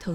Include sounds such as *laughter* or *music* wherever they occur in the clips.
投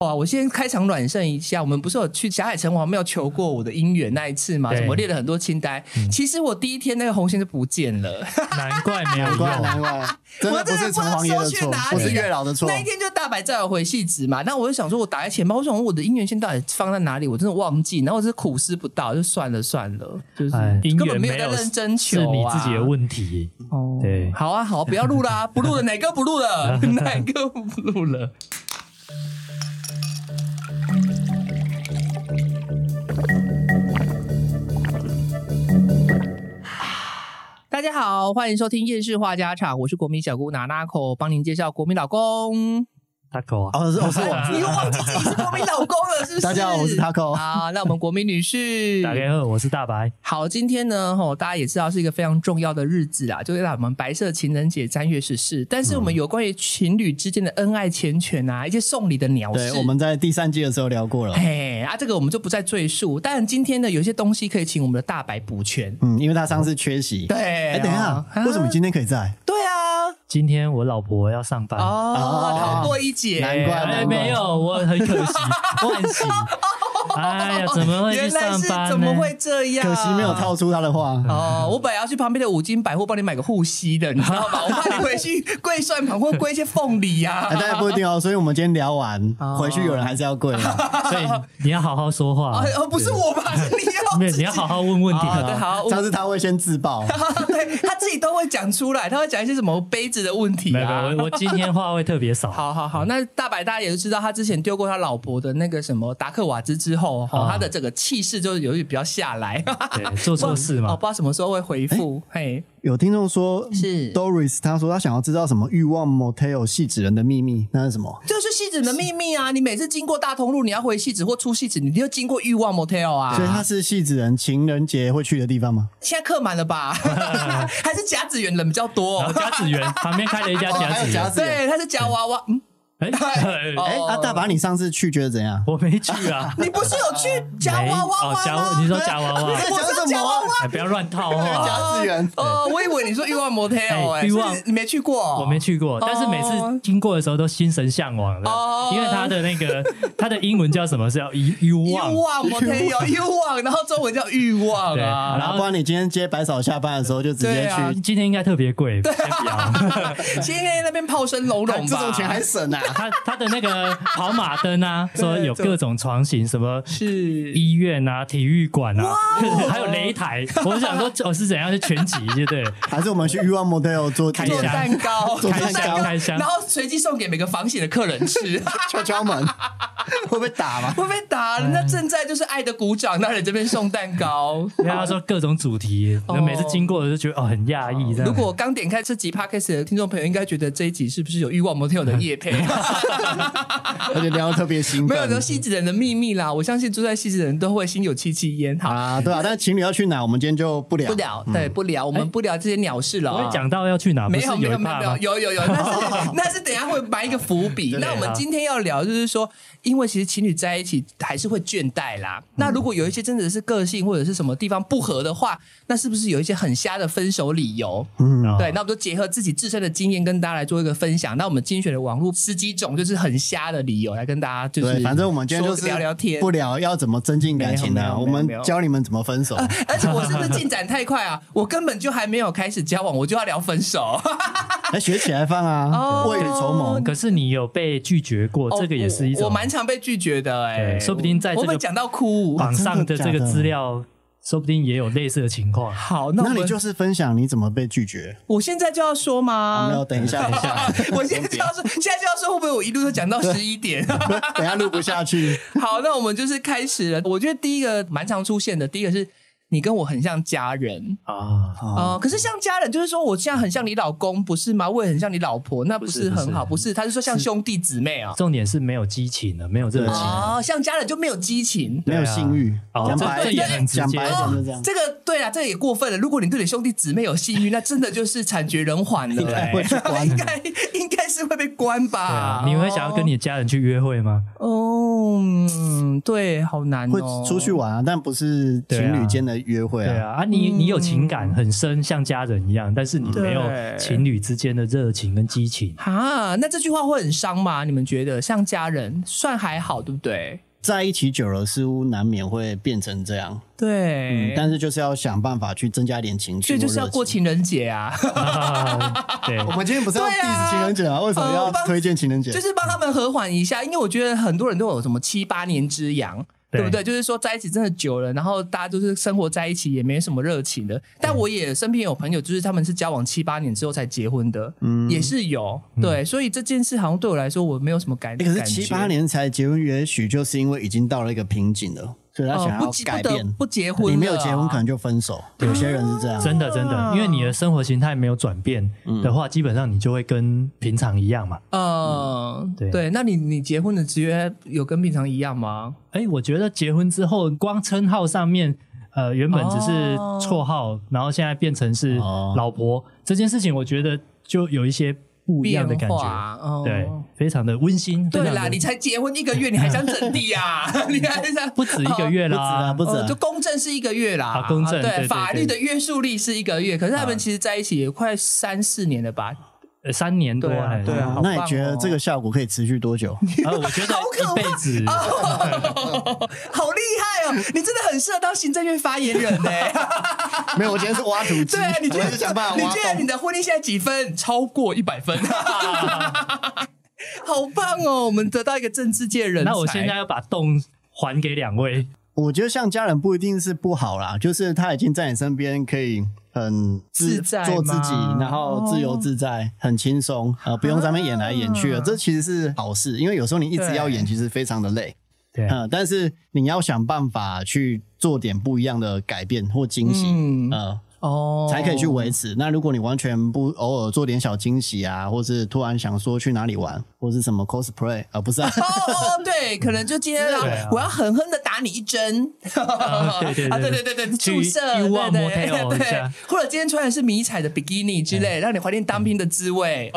哇！哦我先开场暖身一下，我们不是有去霞海城隍庙求过我的姻缘那一次嘛？对嗯什么列了很多清单，其实我第一天那个红线就不见了，难怪没有难怪哎用。难 *laughs* 怪，真我的不真的不是城知道隍爷收的去错哪，里不是了月老的哦错。 *laughs* 那一天就大白在回戏纸嘛，那我就想说，我打开钱包，我想说我的姻缘线到底放在哪里，我真的忘记，然后我是苦思不到，就算了算了，就是哎，姻根本缘没没有在认真求、啊是你自己的。问题。哦对好啊，好，不要录 *laughs* 啦，不录了，哪个不录了？哪个不录了？大家好，欢迎收听《夜市话家常》，我是国民小姑拿拿口，帮您介绍国民老公。哎 Taco 啊，哦，是我是我，你又忘记自己是国民老公了，是不是？大家好，我是 Taco。好，那我们国民女士，大家好，我是大白。好，今天呢，吼，大家也知道是一个非常重要的日子啦，就是我们白色情人节三月十四。但是我嗯们有关于情侣之间的恩爱缱绻啊，一些送礼的鸟对事，，我哎们在第三季的时候聊过了，嘿啊，这个我们就不再赘述。但今天呢，有一些东西可以请我们的大白补全。嗯，因为他上次缺席。对，哎，等一下哦，为什么你今天可以在？对啊，今天我老婆要上班，哦，逃过一劫，难怪哎，难怪没有，我很可 *laughs* 惜，万幸。哎呀，怎么会去哦原来上是班呢？怎么会这样？可惜没有套出他的话。哦，我本来要去旁边的五金百货帮你买个护膝的，你知道吗？我怕你回去跪算盘或跪一些凤梨啊呀、哎，当然不一定哦，所以我们今天聊完哦，回去有人还是要跪啊。所以你要好好说话啊。。哦，不是我 *laughs* 吧？是你要没有，自己你要好好问问题。啊哦对，好，我上次他会先自 *laughs* 爆， *laughs* 对他自己都会讲出来，他会讲一些什么杯子的问题没有，啊没。有我我今天话会特别少。好好好，那大白大家也就知道，他之前丢过他老婆的那个什么达克瓦兹之后，哦啊他的整个气势就有点比较下来。对，做错事 *laughs* 哦，嘛不。知道什么时候会回复。嘿，有听众说是 Doris，他说他想要知道什么欲望 motel 戏纸人的秘密，那是什么？就是戏子的秘密啊！你每次经过大通路，你要回戏子或出戏子，你就经过欲望 motel 啊。所以他是戏纸人情人节会去的地方吗？现在客满了 *laughs* 吧？还是甲子园人比较多、然后啊甲子园旁边开了一家哦还甲有子甲园子，对，他是夹娃娃。嗯，哎，哦哎，啊，大把你上次去觉得怎样？我没去啊。你不是有去夹没娃娃哦吗？夹娃你说夹娃娃啊我说夹娃娃。哎，不要乱 *laughs* 套话。甲子园哦，我以为你说欲望 motel 哎、哎欲望是你没去过、哦我没。去过，但是每次经过的时候都心神向往的哦，因为它的那个它的英文叫什么？是叫 U 欲望。望 *laughs* motel 欲望，然后中文叫欲望对，啊。然啊，不后然你今天接白嫂下班的时候就直对接啊去，呃今天应该特别贵，先不要。 *laughs* 今天那边炮声隆 *laughs* 隆吧，哎这种钱还省啊！它它的那个跑马灯啊，说有各种床型，什么是哦医院啊、体育馆啊，还有擂台。我想说，哦我是怎样是全集，对不对？ *laughs* 还是我们去欲望 motel 做开做箱蛋 *laughs* 糕，做开蛋箱糕开箱然，后随机送给每个房型的客人 *laughs* 吃。敲敲门， *laughs* 会被打吗？会被打，嗯人家正在就是爱的鼓掌，那你这边送蛋 *laughs* 糕。然后他说各种主题，哦然后每次经过的就觉得哦很讶异这样。如果刚点开这集 podcast 的听众朋友，应该觉得这一集是不是有欲望 motel 的夜 *laughs* 配？而且聊得特别兴没有，奋都。戏子人的秘密啦。我相信住在戏子的人都会心有戚戚焉。好，啊，对啊，但是情侣要去哪，我们今天就不嗯聊。不聊，对，不聊，我们不聊这些鸟事了哎我啊。会讲到要去哪，不没是有没一有没有趴没吗有？有有有，那 *laughs* 是那是等一下会埋一个伏笔。对啊那我们好今天要聊就是说，因为其实情侣在一起还是会倦怠啦。嗯那如果有一些真的是个性或者是什么地方不合的话，那是不是有一些很瞎的分手理由？嗯，对，那我们就结合自己自身的经验跟大家来做一个分享。那我们精选的网络十几种就是很瞎的理由来跟大家就是对，反正我们今天就是说聊聊天。不聊要怎么增进感情没有的，没啊有我没有们没有教你们怎么分 *laughs* 手。而且我是不是进展太快啊？我根本就还没有开始交往，我就要聊分手。来哎学起来放啊，哦未雨绸缪。可是你有被拒绝过，这个也是一我种我蛮常被拒绝的哎、对说不定在这我个会讲到哭。网上的这真的个假的资料，说不定也有类似的情况。好，那我那们你就是分享你怎么被拒绝。我现在就要说吗？*laughs* 没有，等一下，等一下， *laughs* 我现在就要说，现在就要说，会不会我一路都讲到十一点？ *laughs* 等一下录不下去。好，那我们就是开始了。我觉得第一个蛮常出现的，第一个是你跟我很像家人啊，啊，啊、可是像家人，就是说我现在很像你老公，不是吗？我也很像你老婆，那不是很好？不是，他是说像兄弟姊妹啊。重点是没有激情了，没有热情。哦，像家人就没有激情。没有对啊性欲，哦讲这白这也很啊直接讲白一点就这样。哦这个对啦，这个也过分了。如果你对你兄弟姊妹有性欲，那真的就是惨绝人 *laughs* 寰了、欸。会去 *laughs* 关应该应该是会被关对吧啊？，你会想要跟你家人去约会吗？哦，嗯对，好难、哦。会出去玩啊，但不是啊情侣间的约会对啊。啊，啊你你有情感很深，像家人一样，但是你没有对情侣之间的热情跟激情。哈，那这句话会很伤吗？你们觉得像家人算还好，对不对？在一起久了，似乎难免会变成这样。对，嗯，但是就是要想办法去增加一点情趣所或以热情。就是要过情人节啊，啊对，我们今天不是要对啊 diss 情人节啊？为什么要呃帮推荐情人节？就是帮他们和缓一下，因为我觉得很多人都有什么七八年之痒。对对不对？就是说在一起真的久了，然后大家就是生活在一起，也没什么热情的。但我也身边有朋友，就是他们是交往七八年之后才结婚的，嗯也是有。对，所以这件事好像对我来说，我没有什么感。欸可是感觉七八年才结婚，也许就是因为已经到了一个瓶颈了，所以他哦想不要结改不得变。不结婚了啊，你没有结婚，可能就分手。有些人是这样。真的真的，因为你的生活形态没有转变的嗯话，基本上你就会跟平常一样嘛。嗯，对对，那你你结婚的职约有跟平常一样吗？哎，我觉得结婚之后，光称号上面，呃，原本只是哦绰号，然后现在变成是哦老婆这件事情，我觉得就有一些不一样的感变觉，化，哦对，非常的温馨。对非啦，常地你才结婚一个月，你还想怎地 *laughs* 呀？你还想不止一个月啦，不止啊哦，就公证是一个月啦，啊公证啊对对对，啊对法律的约束力是一个月，可是他们其实在一起也快三四年了吧？呃三年多对啊哎对啊好棒那你觉得哦这个效果可以持续多 *laughs* 久？呃，我觉好可怕哦得一辈子， *laughs* 好厉害哦！你真的很适合当行政院发言人呢。没有，我今天是挖土 *laughs* 机。对啊，你觉我得是想办法你挖觉得你洞。的婚姻现在几分？超过一 *laughs* 百分，好棒哦！我们得到一个政治界人才。那我现在要把洞还给两位，我觉得像家人不一定是不好啦，就是他已经在你身边，可以很自在做自吗哦己，然后自由自在，很轻松，呃，不用在那边演来演去了。啊这其实是好事，因为有时候你一直对要演，其实非常的累。对啊，嗯，但是你要想办法去做点不一样的改变或惊喜，嗯呃，哦才可以去维持。那如果你完全不偶尔做点小惊喜啊，或是突然想说去哪里玩，或是什么 cosplay 啊、呃不 *laughs* 是、啊，哦哦，对，可能就今天对啊要我要狠狠的打你一针，啊对对对 *laughs* 啊对对对对，去注射，欲对望对 motel 一对下，嗯或者今天穿的是迷彩的比基尼之类，让你怀念当兵的滋味。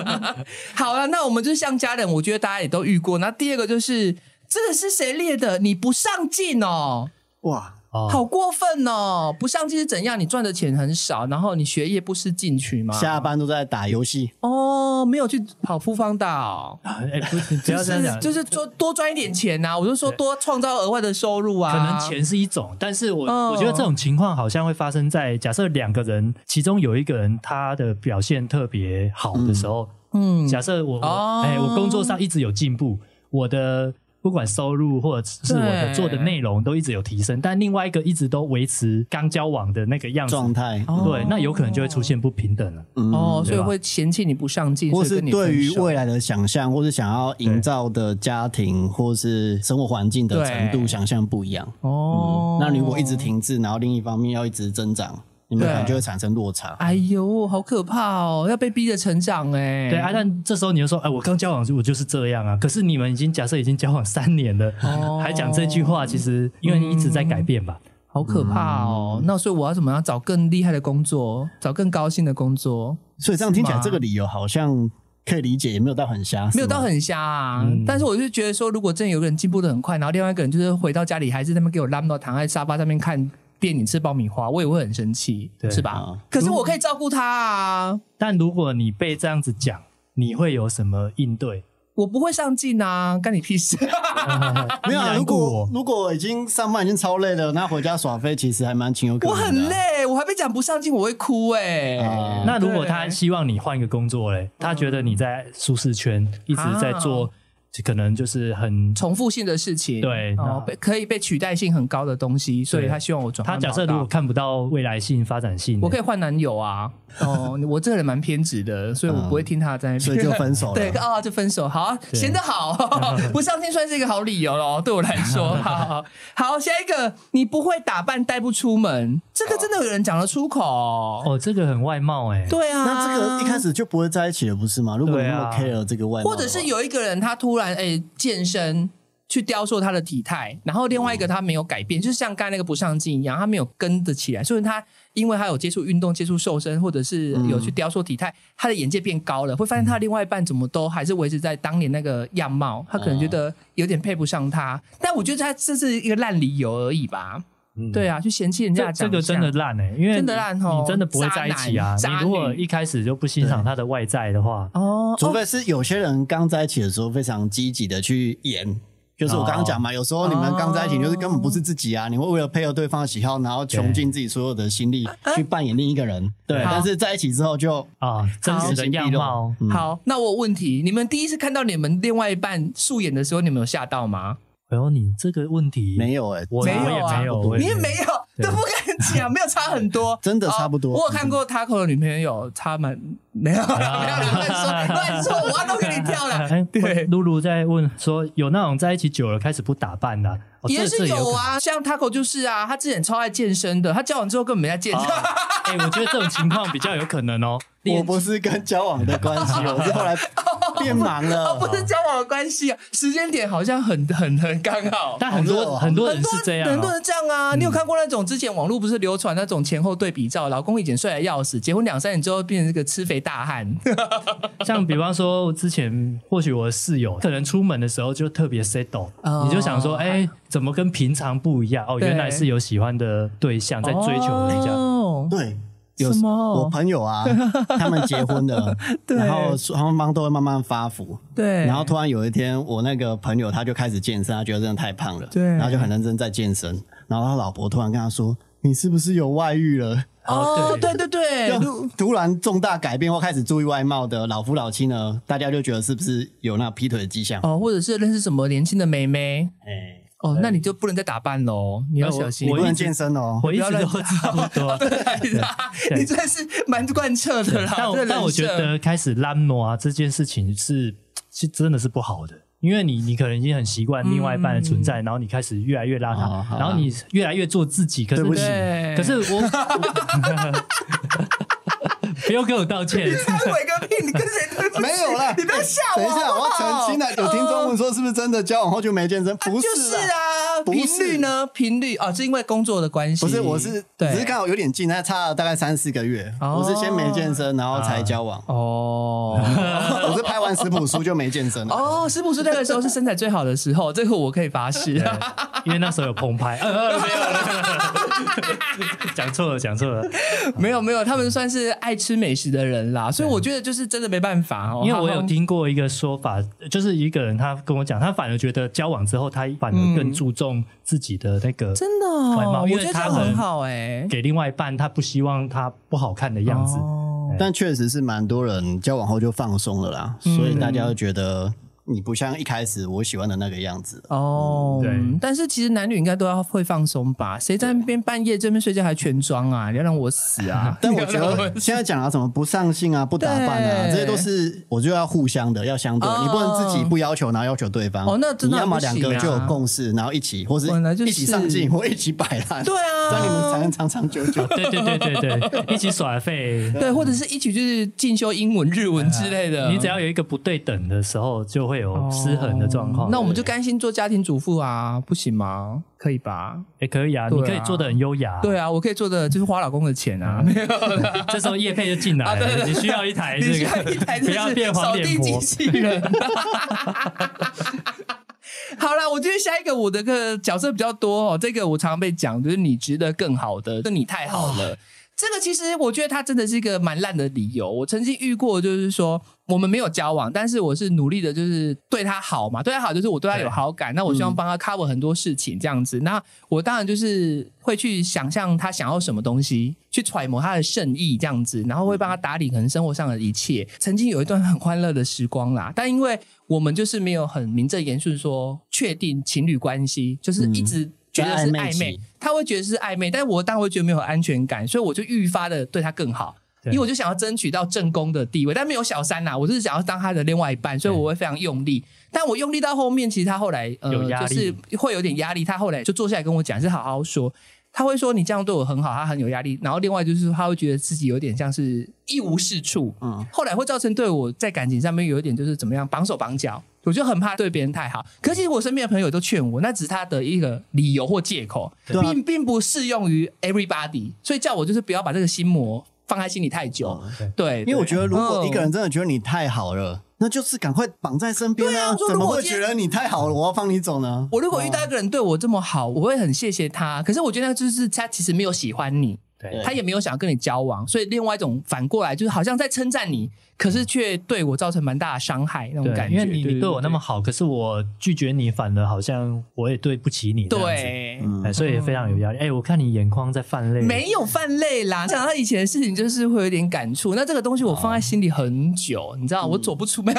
*laughs* 好了，那我们就是像家人，我觉得大家也都遇过。那第二个就是。这个是谁列的？你不上进哦，哇，哦好过分哦！不上进是怎样？你赚的钱很少，然后你学业不思进取吗？下班都在打游戏，哦，没有去跑复方哦岛、嗯哎，不，你不要这样讲，就是就是说多赚一点钱呐、我就说多创造额外的收入啊。可能钱是一种，但是我、哦我觉得这种情况好像会发生在假设两个人，其中有一个人他的表现特别好的时候，嗯假设我我哎、哦我工作上一直有进步，我的不管收入或者是我的对做的内容都一直有提升，但另外一个一直都维持刚交往的那个样子，状态，哦对，那有可能就会出现不平等了。嗯哦，所以对吧会嫌弃你不上进，或所以是跟你对于分手未来的想象，或是想要营造的家庭，或是生活环境的程度对想象不一样。嗯哦、那如果一直。停滞，然后另一方面要一直增长，你们可能对就会产生落差。哎呦，好可怕哦！要被逼着成长哎、对啊，但这时候你就说，哎，我刚交往我就是这样啊。可是你们已经假设已经交往三年了，哦还讲这句话，其实因为你一直在改变吧。好可怕哦！嗯那所以我要怎么样找更厉害的工作，找更高薪的工作？所以这样听起来，是吗这个理由好像可以理解，也没有到很瞎，没有是吗到很瞎啊，嗯但是我就觉得说，如果真的有个人进步的很快，然后另外一个人就是回到家里还是在那边给我拉到躺在沙发上面看电影吃爆米花，我也会很生气，对是吧？啊可是我可以照顾他啊，但如果你被这样子讲，你会有什么应对？我不会上进啊，干你屁 *laughs* 事！没有啊。依然如故果我如果已经上班已经超累了，那回家耍飞其实还蛮情有可我原的 *laughs* 啊。很累，我还被讲不上进，我会哭哎、啊那如果对他希望你换一个工作嘞，他觉得你在舒适圈一直在做可能就是很重复性的事情，对哦，那被可以被取代性很高的东西，所以对他希望我转他换。假设如果看不到未来性、发展性，我可以换男友 *laughs* 啊，哦，我这个人蛮偏执的，所以我不会听他在那边，啊所以就分手了 *laughs* 对啊，就分手，好啊，对闲得 *laughs* 好，不上天算是一个好理由咯，对我来说，好好好，下一个，你不会打扮，带不出门，这个真的有人讲得出口，哦，这个很外貌哎、对啊，那这个一开。始就不会在一起了，不是吗？如果你那么对 care 这个外貌的话，或者是有一个人他突然哎、健身去雕塑他的体态，然后另外一个他没有改变，嗯就是像刚才那个不上镜一样，他没有跟得起来，所以他因为他有接触运动、接触瘦身，或者是有去雕塑体态，他的眼界变高了，会发现他的另外一半怎么都还是维持在当年那个样貌，他可能觉得有点配不上他。但我觉得他这是一个烂理由而已吧？嗯对啊，去嫌弃人家的这这长个真相的烂哎、因为真的烂吼你真的不会在一起啊！渣你男如渣果女一开始就不欣赏他的外在的话，哦，除非是有些人刚在一起的时候非常积极的去演，就是我刚哦刚讲嘛，有时候你们刚在一起就是根本不是自己啊，你会为了配合对方的喜好，然后穷尽自己所有的心力去扮演另一个人，对。哦啊好但是在一起之后就啊，真实的样貌，嗯好，那我有问题，你们第一次看到你们另外一半素颜的时候，你们有吓到吗？哎呦，你这个问题没，有哎，我没我有啊也没有，我你也也没有，对都不敢讲，没有差很 *laughs* 多，真的差不多哦我有看过 Taco 的女朋友，差蛮没 *laughs* 有，没有啦乱说乱说，我要都给你 *laughs* 跳了。啊哎，对露露在问说，有那种在一起久了开始不打扮的、啊，哦也这是这有有啊，像 Taco 就是啊，他之前超爱健身的，他交往之后根本没在健可身 *laughs* 能。。哦哎、我觉得这种情况比较有可能哦。我不是跟交往的关 *laughs* 系，我是后来变忙哦，了。不是交往的关系啊，时间点好像很很很刚好。但很多、好热哦很多很人是这样、啊很多哦，人这样啊。你有看过那种之前网络不是流传那种前后对比照，老公以前帅的要死，结婚两三年之后变成这个吃肥大汉，像比方说之前或许我的室友可能出门的时候就特别 settle，、哦你就想说，哎、怎么跟平常不一样？哦，对原来是有喜欢的对象在追求人家。哦对，什么我朋友啊，他们结婚 *laughs* 了，然后双方都会慢慢发福。对，然后突然有一天，我那个朋友他就开始健身，他觉得真的太胖了，对然后就很认真在健身。然后他老婆突然跟他说：“你是不是有外遇了哦，哦对对对？”对，就突然重大改变或开始注意外貌的老夫老妻呢，大家就觉得是不是有那劈腿的迹象？哦，或者是认识什么年轻的妹妹，哎，哦，那你就不能再打扮喽，你要小心。你我不一能直健身哦。我一直都差不 *laughs* *laughs* 多，对你真的是蛮贯彻的啦，但这我人但我觉设 *laughs* 得开始拉挪啊这件事情是是真的是不好的，因为你你可能已经很习惯另外一半的存在，然后你开始越来越邋哦好遢，啦然后你越来越做自己，可是对不起对可是我。我不要跟我道歉，忏悔个屁，你跟谁对不起？ *laughs* 没有啦，你不要吓我，等一下，好不我要好澄清了。有听众问说，是不是真的交往后就没健身？不就是是啊，啊，不频是率呢？频率啊，是因为工作的关系。不是，我是对，只是刚好有点近，但差了大概三四个月。哦我是先没健身，然后才 *laughs* 交往。 *laughs* 哦我是拍完食谱书就没健身了。哦，师傅说那个时候是身材最好的时候， *laughs* 这个我可以发 *laughs* 誓。因为那时候有澎湃，呃呃，没有了， *laughs* 讲错了，讲错了，没有没有，他们算是爱吃美食的人啦，所以我觉得就是真的没办法哦。因为我有好好听过一个说法，就是一个人他跟我讲，他反而觉得交往之后，他反而更注重自己的那个真的、外哦，貌我因觉为得这他样很很好哎、给另外一半，他不希望他不好看的样子。哎哦但确实是蛮多人交往后就放松了啦，所以大嗯家会觉得你不像一开始我喜欢的那个样子。哦，对嗯但是其实男女应该都要会放松吧？谁在那边半夜这边睡觉还全装啊？你要让我死 *laughs* 啊！但我觉得现在讲啊，什么不上性啊、不打扮啊，对这些都是我就要互相的，要相对，哦你不能自己不要求，然后要求对方。哦那真你的要么不行啊两个就有共识，然后一起，或是本来就是一起上进，或一起摆 *laughs* 烂。对啊这样你们才能长长久久。对对对对对，一起耍废。对，啊或者是一起就是进修英文、日文之类的。啊哦你只要有一个不对等的时候，就会有失衡的状况。那我们就甘心做家庭主妇啊，不行吗？可以吧？也可以啊，对啊你可以做的很优雅。，对啊，我可以做的就是花老公的钱啊，没有啦。这时候叶配就进来啊对对了，对你需要 *laughs* 一台你这需要一台个，不就要变是黄扫脸地机婆。器人。 *laughs* 好啦，我觉得下一个我的个角色比较多哦，这个我常常被讲，就是你值得更好的，就你太好了。这个其实我觉得他真的是一个蛮烂的理由。我曾经遇过，就是说我们没有交往，但是我是努力的，就是对他好嘛，对他好就是我对他有好感，那我嗯希望帮他 cover 很多事情这样子。那我当然就是会去想象他想要什么东西，去揣摩他的圣意这样子，然后会帮他嗯打理可能生活上的一切。曾经有一段很欢乐的时光啦，但因为我们就是没有很名正言顺说确定情侣关系，就是一直觉得是嗯在暧昧暧昧期，他会觉得是暧昧，但我当然会觉得没有安全感，所以我就愈发的对他更好，对因为我就想要争取到正宫的地位，但没有小三啦，啊我就是想要当他的另外一半，所以我会非常用力。但我用力到后面，其实他后来呃有压力就是会有点压力，他后来就坐下来跟我讲，是好好说。他会说你这样对我很好，他很有压力。然后另外就是他会觉得自己有点像是一无是处，嗯后来会造成对我在感情上面有一点就是怎么样绑手绑脚，我就很怕对别人太好。可是其实我身边的朋友都劝我，那只是他的一个理由或借口，对啊并并不适用于 everybody，所以叫我就是不要把这个心魔放在心里太久。对，哦因为我觉得，如果嗯一个人真的觉得你太好了，那就是赶快绑在身边对啊我说怎么如果会今天觉得你太好了，我要放你走呢？我如果遇到一个人对我这么好，我会很谢谢他。可是我觉得就是他其实没有喜欢你，对他也没有想要跟你交往，所以另外一种反过来就是好像在称赞你，可是却对我造成蛮大的伤害那种对，感因觉。为你你对我那么好，可是我拒绝你，反而好像我也对不起你这样子，对，哎，所以也非常有压力。哎，我看你眼眶在泛泪，没有犯累啦，想到以前的事情，就是会有点感触。那这个东西我放在心里很久，你知道，我嗯走不出门，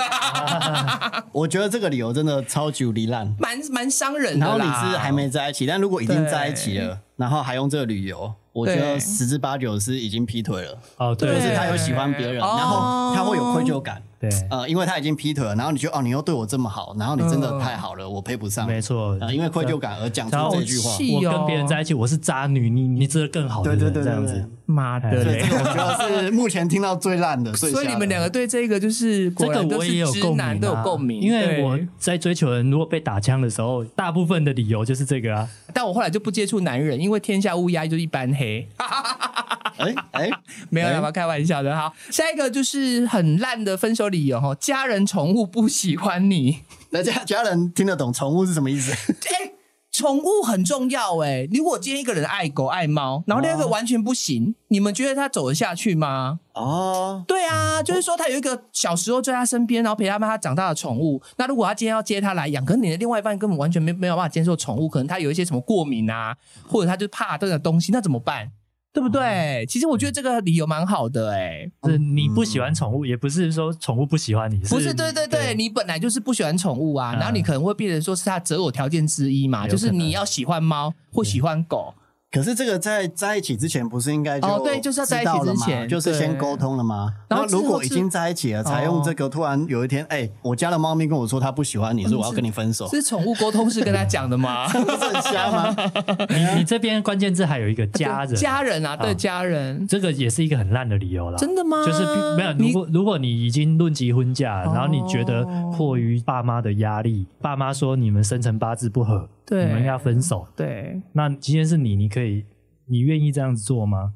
我觉得这个理由真的超级无敌烂。蛮蛮伤人的然啦。后你是还没在一起，但如果已经在一起了，然后还用这个理由，我觉对得十之八九是已经劈腿了，哦，就对是他有喜欢别人，哦然后他会有愧疚感。对，呃，因为他已经劈腿了，然后你就哦，你又对我这么好，然后你真的太好嗯了，我配不上，没错，呃因为愧疚感而讲出然后这句话，气我哦跟别人在一起，我是渣女，你你这更好的对对人对这对样对子，，妈的对对，嘞这！个我觉得是目前听到最烂的，最所以瞎你的们两个对这个就是这果个然都我是也有直共鸣、啊，男都有共鸣，因为对我在追求人，如果被打枪的时候，大部分的理由就是这个啊，但我后来就不接触男人，因为天下乌鸦就一般黑。哎哎，没有啦，哎我开玩笑的。好，下一个就是很烂的分手理由哦，家人、宠物不喜欢你。那家家人听得懂宠物是什么意思？ *laughs* 哎、宠物很重要哎、如果今天一个人爱狗爱猫，然后另一个完全不行，你们觉得他走得下去吗？哦，对啊，就是说他有一个小时候在他身边，然后陪他他长大的宠物。那如果他今天要接他来养，可是你的另外一半根本完全没没有办法接受宠物，可能他有一些什么过敏啊，或者他就怕这个东西，那怎么办？对不对？其实我觉得这个理由蛮好的哎、嗯就是你不喜欢宠物，也不是说宠物不喜欢你，不是，是对对对，你本来就是不喜欢宠物啊，嗯然后你可能会变成说是他择偶条件之一嘛，有就是可能你要喜欢猫或喜欢狗，可是这个在在一起之前不是应该就哦对就是要在一起之前知道了吗就是先沟通了吗？对然然后后之后如果已经在一起了，才用这个。突然有一天，哎，我家的猫咪跟我说它不喜欢你，所以我要跟你分哦手，是宠物沟通师跟他讲的吗？不是很 *laughs* 瞎吗？你你这边关键字还有一个 *laughs* 家人，家人啊，对家人，这个也是一个很烂的理由啦。真的吗？就是比没有，如你果如果你已经论及婚嫁，哦然后你觉得迫于爸妈的压力，爸妈说你们生辰八字不合，对你们要分手，对。那今天是你，你可以，你愿意这样子做吗？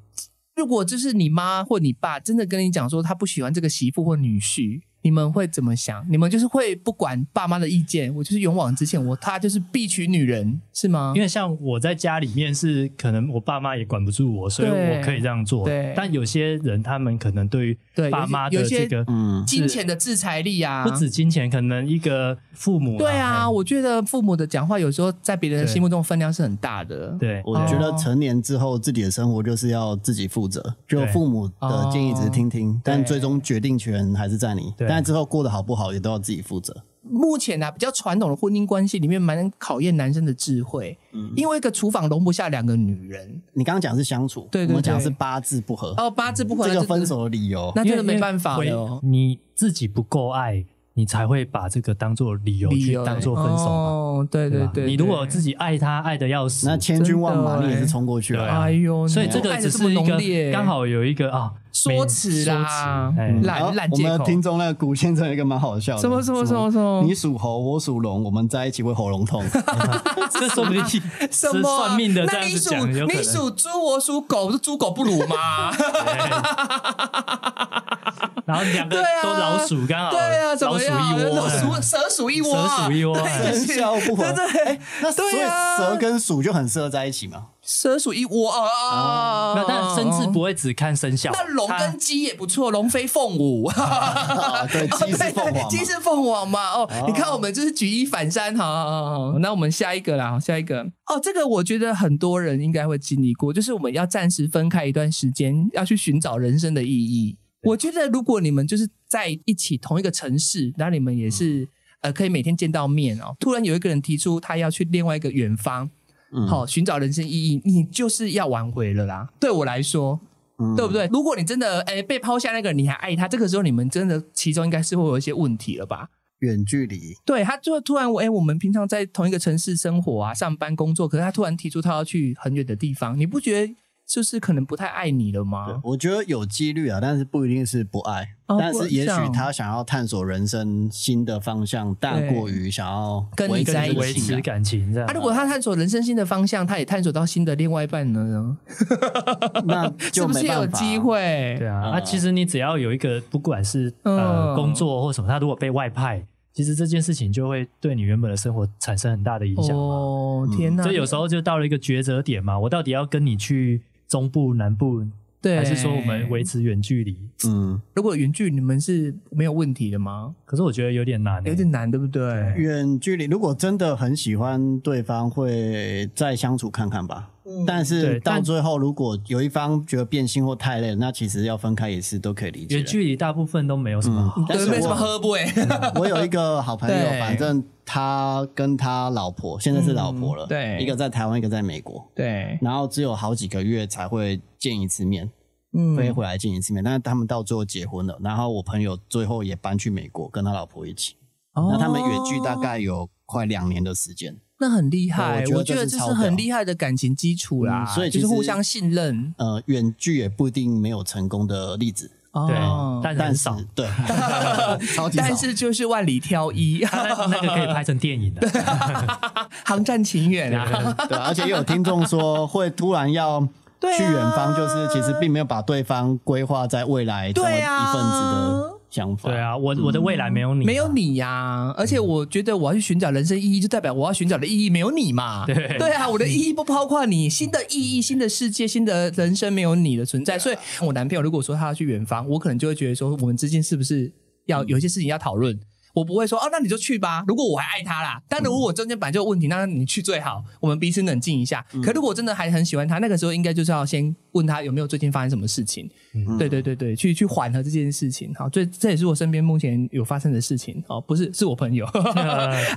如果就是你妈或你爸真的跟你讲说他不喜欢这个媳妇或女婿，你们会怎么想？你们就是会不管爸妈的意见，我就是勇往直前，我他就是必娶女人，是吗？因为像我在家里面是可能我爸妈也管不住我，所以对我可以这样做对。但有些人他们可能对对于爸妈有的一些这个嗯，金钱的制裁力啊，不止金钱，可能一个父母对啊，嘿我觉得父母的讲话有时候在别人的对心目中分量是很大的。对我觉得成年之后自己的生活就是要自己负责，就对父母的建议只是听哦听，但最终决定权还是在你。对但之后过得好不好也都要自己负责。目前啊，比较传统的婚姻关系里面，蛮考验男生的智慧，嗯因为一个厨房容不下两个女人。你刚刚讲是相处，对对对我们讲是八字不合，哦，八字不合，这那个真的分手的理由。那因真为的没办法了哦。你自己不够爱，你才会把这个当做理由理去由当做分手嘛，哦，对对对对吧你如果自己，己爱他爱的要死那，千军万马真的欸你也是冲过去对了，啊哎呦，所以你这个爱得只么是一浓个烈刚好有一个啊说辞啦嗯说辞哎，然烂后烂嗯我借们口。听众那个古先生有一个蛮好笑的，什么什么什么什么你属猴，我属龙，我们在一起会喉咙痛。这说不定什是么啊算命的这那样你子属讲，有可你能。属猪，我属狗，是猪狗不如 *laughs* 吗？ *laughs* 然后两个对啊都老鼠，刚好对啊，怎老么鼠样？一窝，鼠蛇鼠一窝啊，蛇鼠一窝 *laughs* 对哎是笑不合，对对哎那所以对啊蛇跟鼠就很适合在一 *laughs* 起嘛。蛇属一窝啊啊，哦那但生字不会只看生肖，哦那龙它跟鸡也不错，龙飞凤舞。啊对，*laughs* 鸡是凤凰嘛，鸡是凤凰嘛？哦，哦你看我们就是举一反三，好好好好，那我们下一个啦，好下一个哦，这个我觉得很多人应该会经历过，就是我们要暂时分开一段时间，要去寻找人生的意义。我觉得如果你们就是在一起同一个城市，那你们也是、嗯呃可以每天见到面哦。突然有一个人提出他要去另外一个远方，嗯好、寻找人生意义，你就是要挽回了啦。对我来说，嗯对不对？如果你真的诶被抛下那个人，你还爱他，这个时候你们真的其中应该是会有一些问题了吧？远距离，对他就突然诶，我们平常在同一个城市生活啊、上班工作，可是他突然提出他要去很远的地方，你不觉得就是可能不太爱你了吗？我觉得有几率啊，但是不一定是不爱，啊哦但不是也这许样他想要探索人生新的方向，大对过于想要跟你维持在一这个维信持仰感情这样啊，。如果他探索人生新的方向，他也探索到新的另外一半呢，那 *laughs* 是就不没是有办法啊机。会？对啊，嗯那其实你只要有一个，不管是嗯呃工作或什么，他如果被外派，其实这件事情就会对你原本的生活产生很大的影响嘛。嗯哦，天哪！所以有时候就到了一个抉择点嘛，我到底要跟你去中部、南部，对，还是说我们维持远距离？嗯，如果远距，你们是没有问题的吗？可是我觉得有点难欸、有点难，对不对？远距离如果真的很喜欢对方，会再相处看看吧。但是对到但最后，如果有一方觉得变心或太累了，那其实要分开也是都可以理解的。远距离大部分都没有什么好。啊嗯但对，是没什么我喝不 *laughs* 哎。 *laughs* 我有一个好朋友，对反正他跟他老婆现在是老婆了，嗯对一个在台湾，一个在美国，对，然后只有好几个月才会见一次面，嗯飞回来见一次面。但是他们到最后结婚了，然后我朋友最后也搬去美国，跟他老婆一起。哦那他们远距大概有快两年的时间。那很厉害，对我我觉觉得得这这是是很厉害的感情基础啦，嗯所以就其是实互相信任呃，远距也不一定没有成功的例子，对哦，。但但很是少。 *laughs* 对，超级少。但是就是万里挑一， *laughs* 那那个可以拍成电影的、航站情缘啊，对，而且也有听众说会突然要对啊去远方，就是其实并没有把对方规划在未来成为对一啊份子的想法。对，啊，我我的未来没有你、啊没有。你呀、而且我觉得我要去寻找人生意义，就代表我要寻找的意义没有你嘛。对啊，我的意义不包括你，新的意义、新的世界、新的人生没有你的存啊在。所以，我男朋友如果说他要去远方，我可能就会觉得说，我们之间是不是要有一些事情要讨论？我不会说哦，那你就去吧。如果我还爱他啦，但如果我中间本来就有问题，那你去最好，我们彼此冷静一下。嗯可如果真的还很喜欢他，那个时候应该就是要先问他有没有最近发生什么事情。对对对对，去去缓和这件事情。好，这这也是我身边目前有发生的事情。哦，不是，是我朋 *laughs* 友。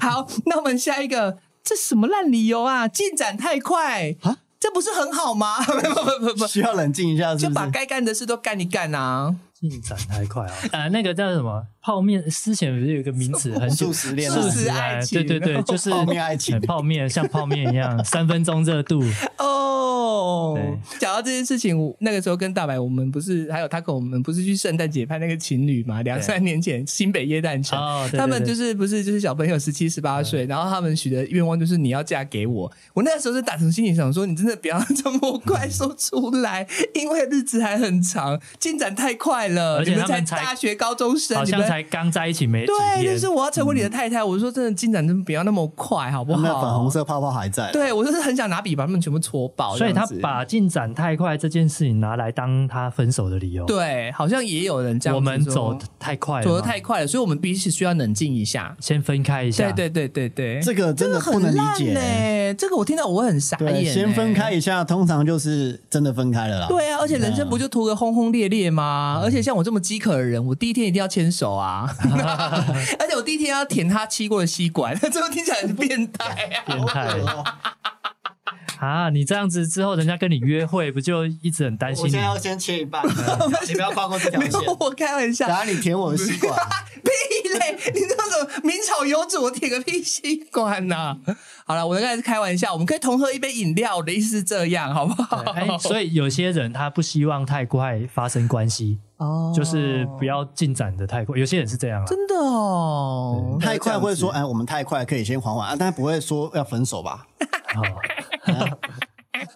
好，那我们下一个，这什么烂理由啊？进展太快啊，这不是很好吗？ *laughs* 不不不不，需要冷静一下，是就不把是？该干的事都干一干啊！进展太快啊！呃，那个叫什么泡面，之前不是有一个名词很久素食恋 *laughs* 素爱，食爱情对 *laughs* 对对，就是泡面爱情呃泡面像泡面一样，三分钟热度。哦对，讲到这件事情，我那个时候跟大白，我们不是还有他跟我们不是去圣诞节拍那个情侣嘛？两三年前新北耶诞城，哦对对嗯他们对就是不是就是小朋友十七十八岁，然后他们许的愿望就是你要嫁给我。我那时候是打从心里想说，你真的不要这么快说出来，因为日子还很长，进展太快了，嗯而且你们他们才大学高中生，好你像们才刚在一起没几对，天就是，我要成为你的太太。我说真的，进展真的不要那么快，好不我好？们的粉红色泡泡还在。，对我就是很想拿笔把他们全部戳爆，所以他这样子把进展太快这件事情拿来当他分手的理由。，对，好像也有人这样哦我子们说走得太快了嘛，走得太快了，所以我们彼此需要冷静一下。先分开一下。对对对对对，这个真的不能理解这个很烂欸这个我听到我会很傻眼对，欸。先分开一下，通常就是真的分开了啦。对啊，而且人生不就图个轰轰烈烈嗯吗？而且像我这么饥渴的人，我第一天一定要牵手啊！ *laughs* 而且我第一天要舔他吸过的吸管， *laughs* 这个听起来很变态 *laughs* 啊！变态啊！你这样子之后，人家跟你约会，不就一直很担心你？先切一半，你不要放过这 *laughs* 条没有，我开玩笑等，下你舔我的吸管， *laughs* 屁嘞！你知道什么明朝有主，我舔个屁吸管呐、好了，我刚才是开玩笑，我们可以同喝一杯饮料，我的意思是这样，好不好？哎、所以有些人他不希望太快发生关系，哦就是不要进展的太快。有些人是这样啦，真的哦，太快会说，哎，我们太快可以先缓缓啊，但不会说要分手吧？哦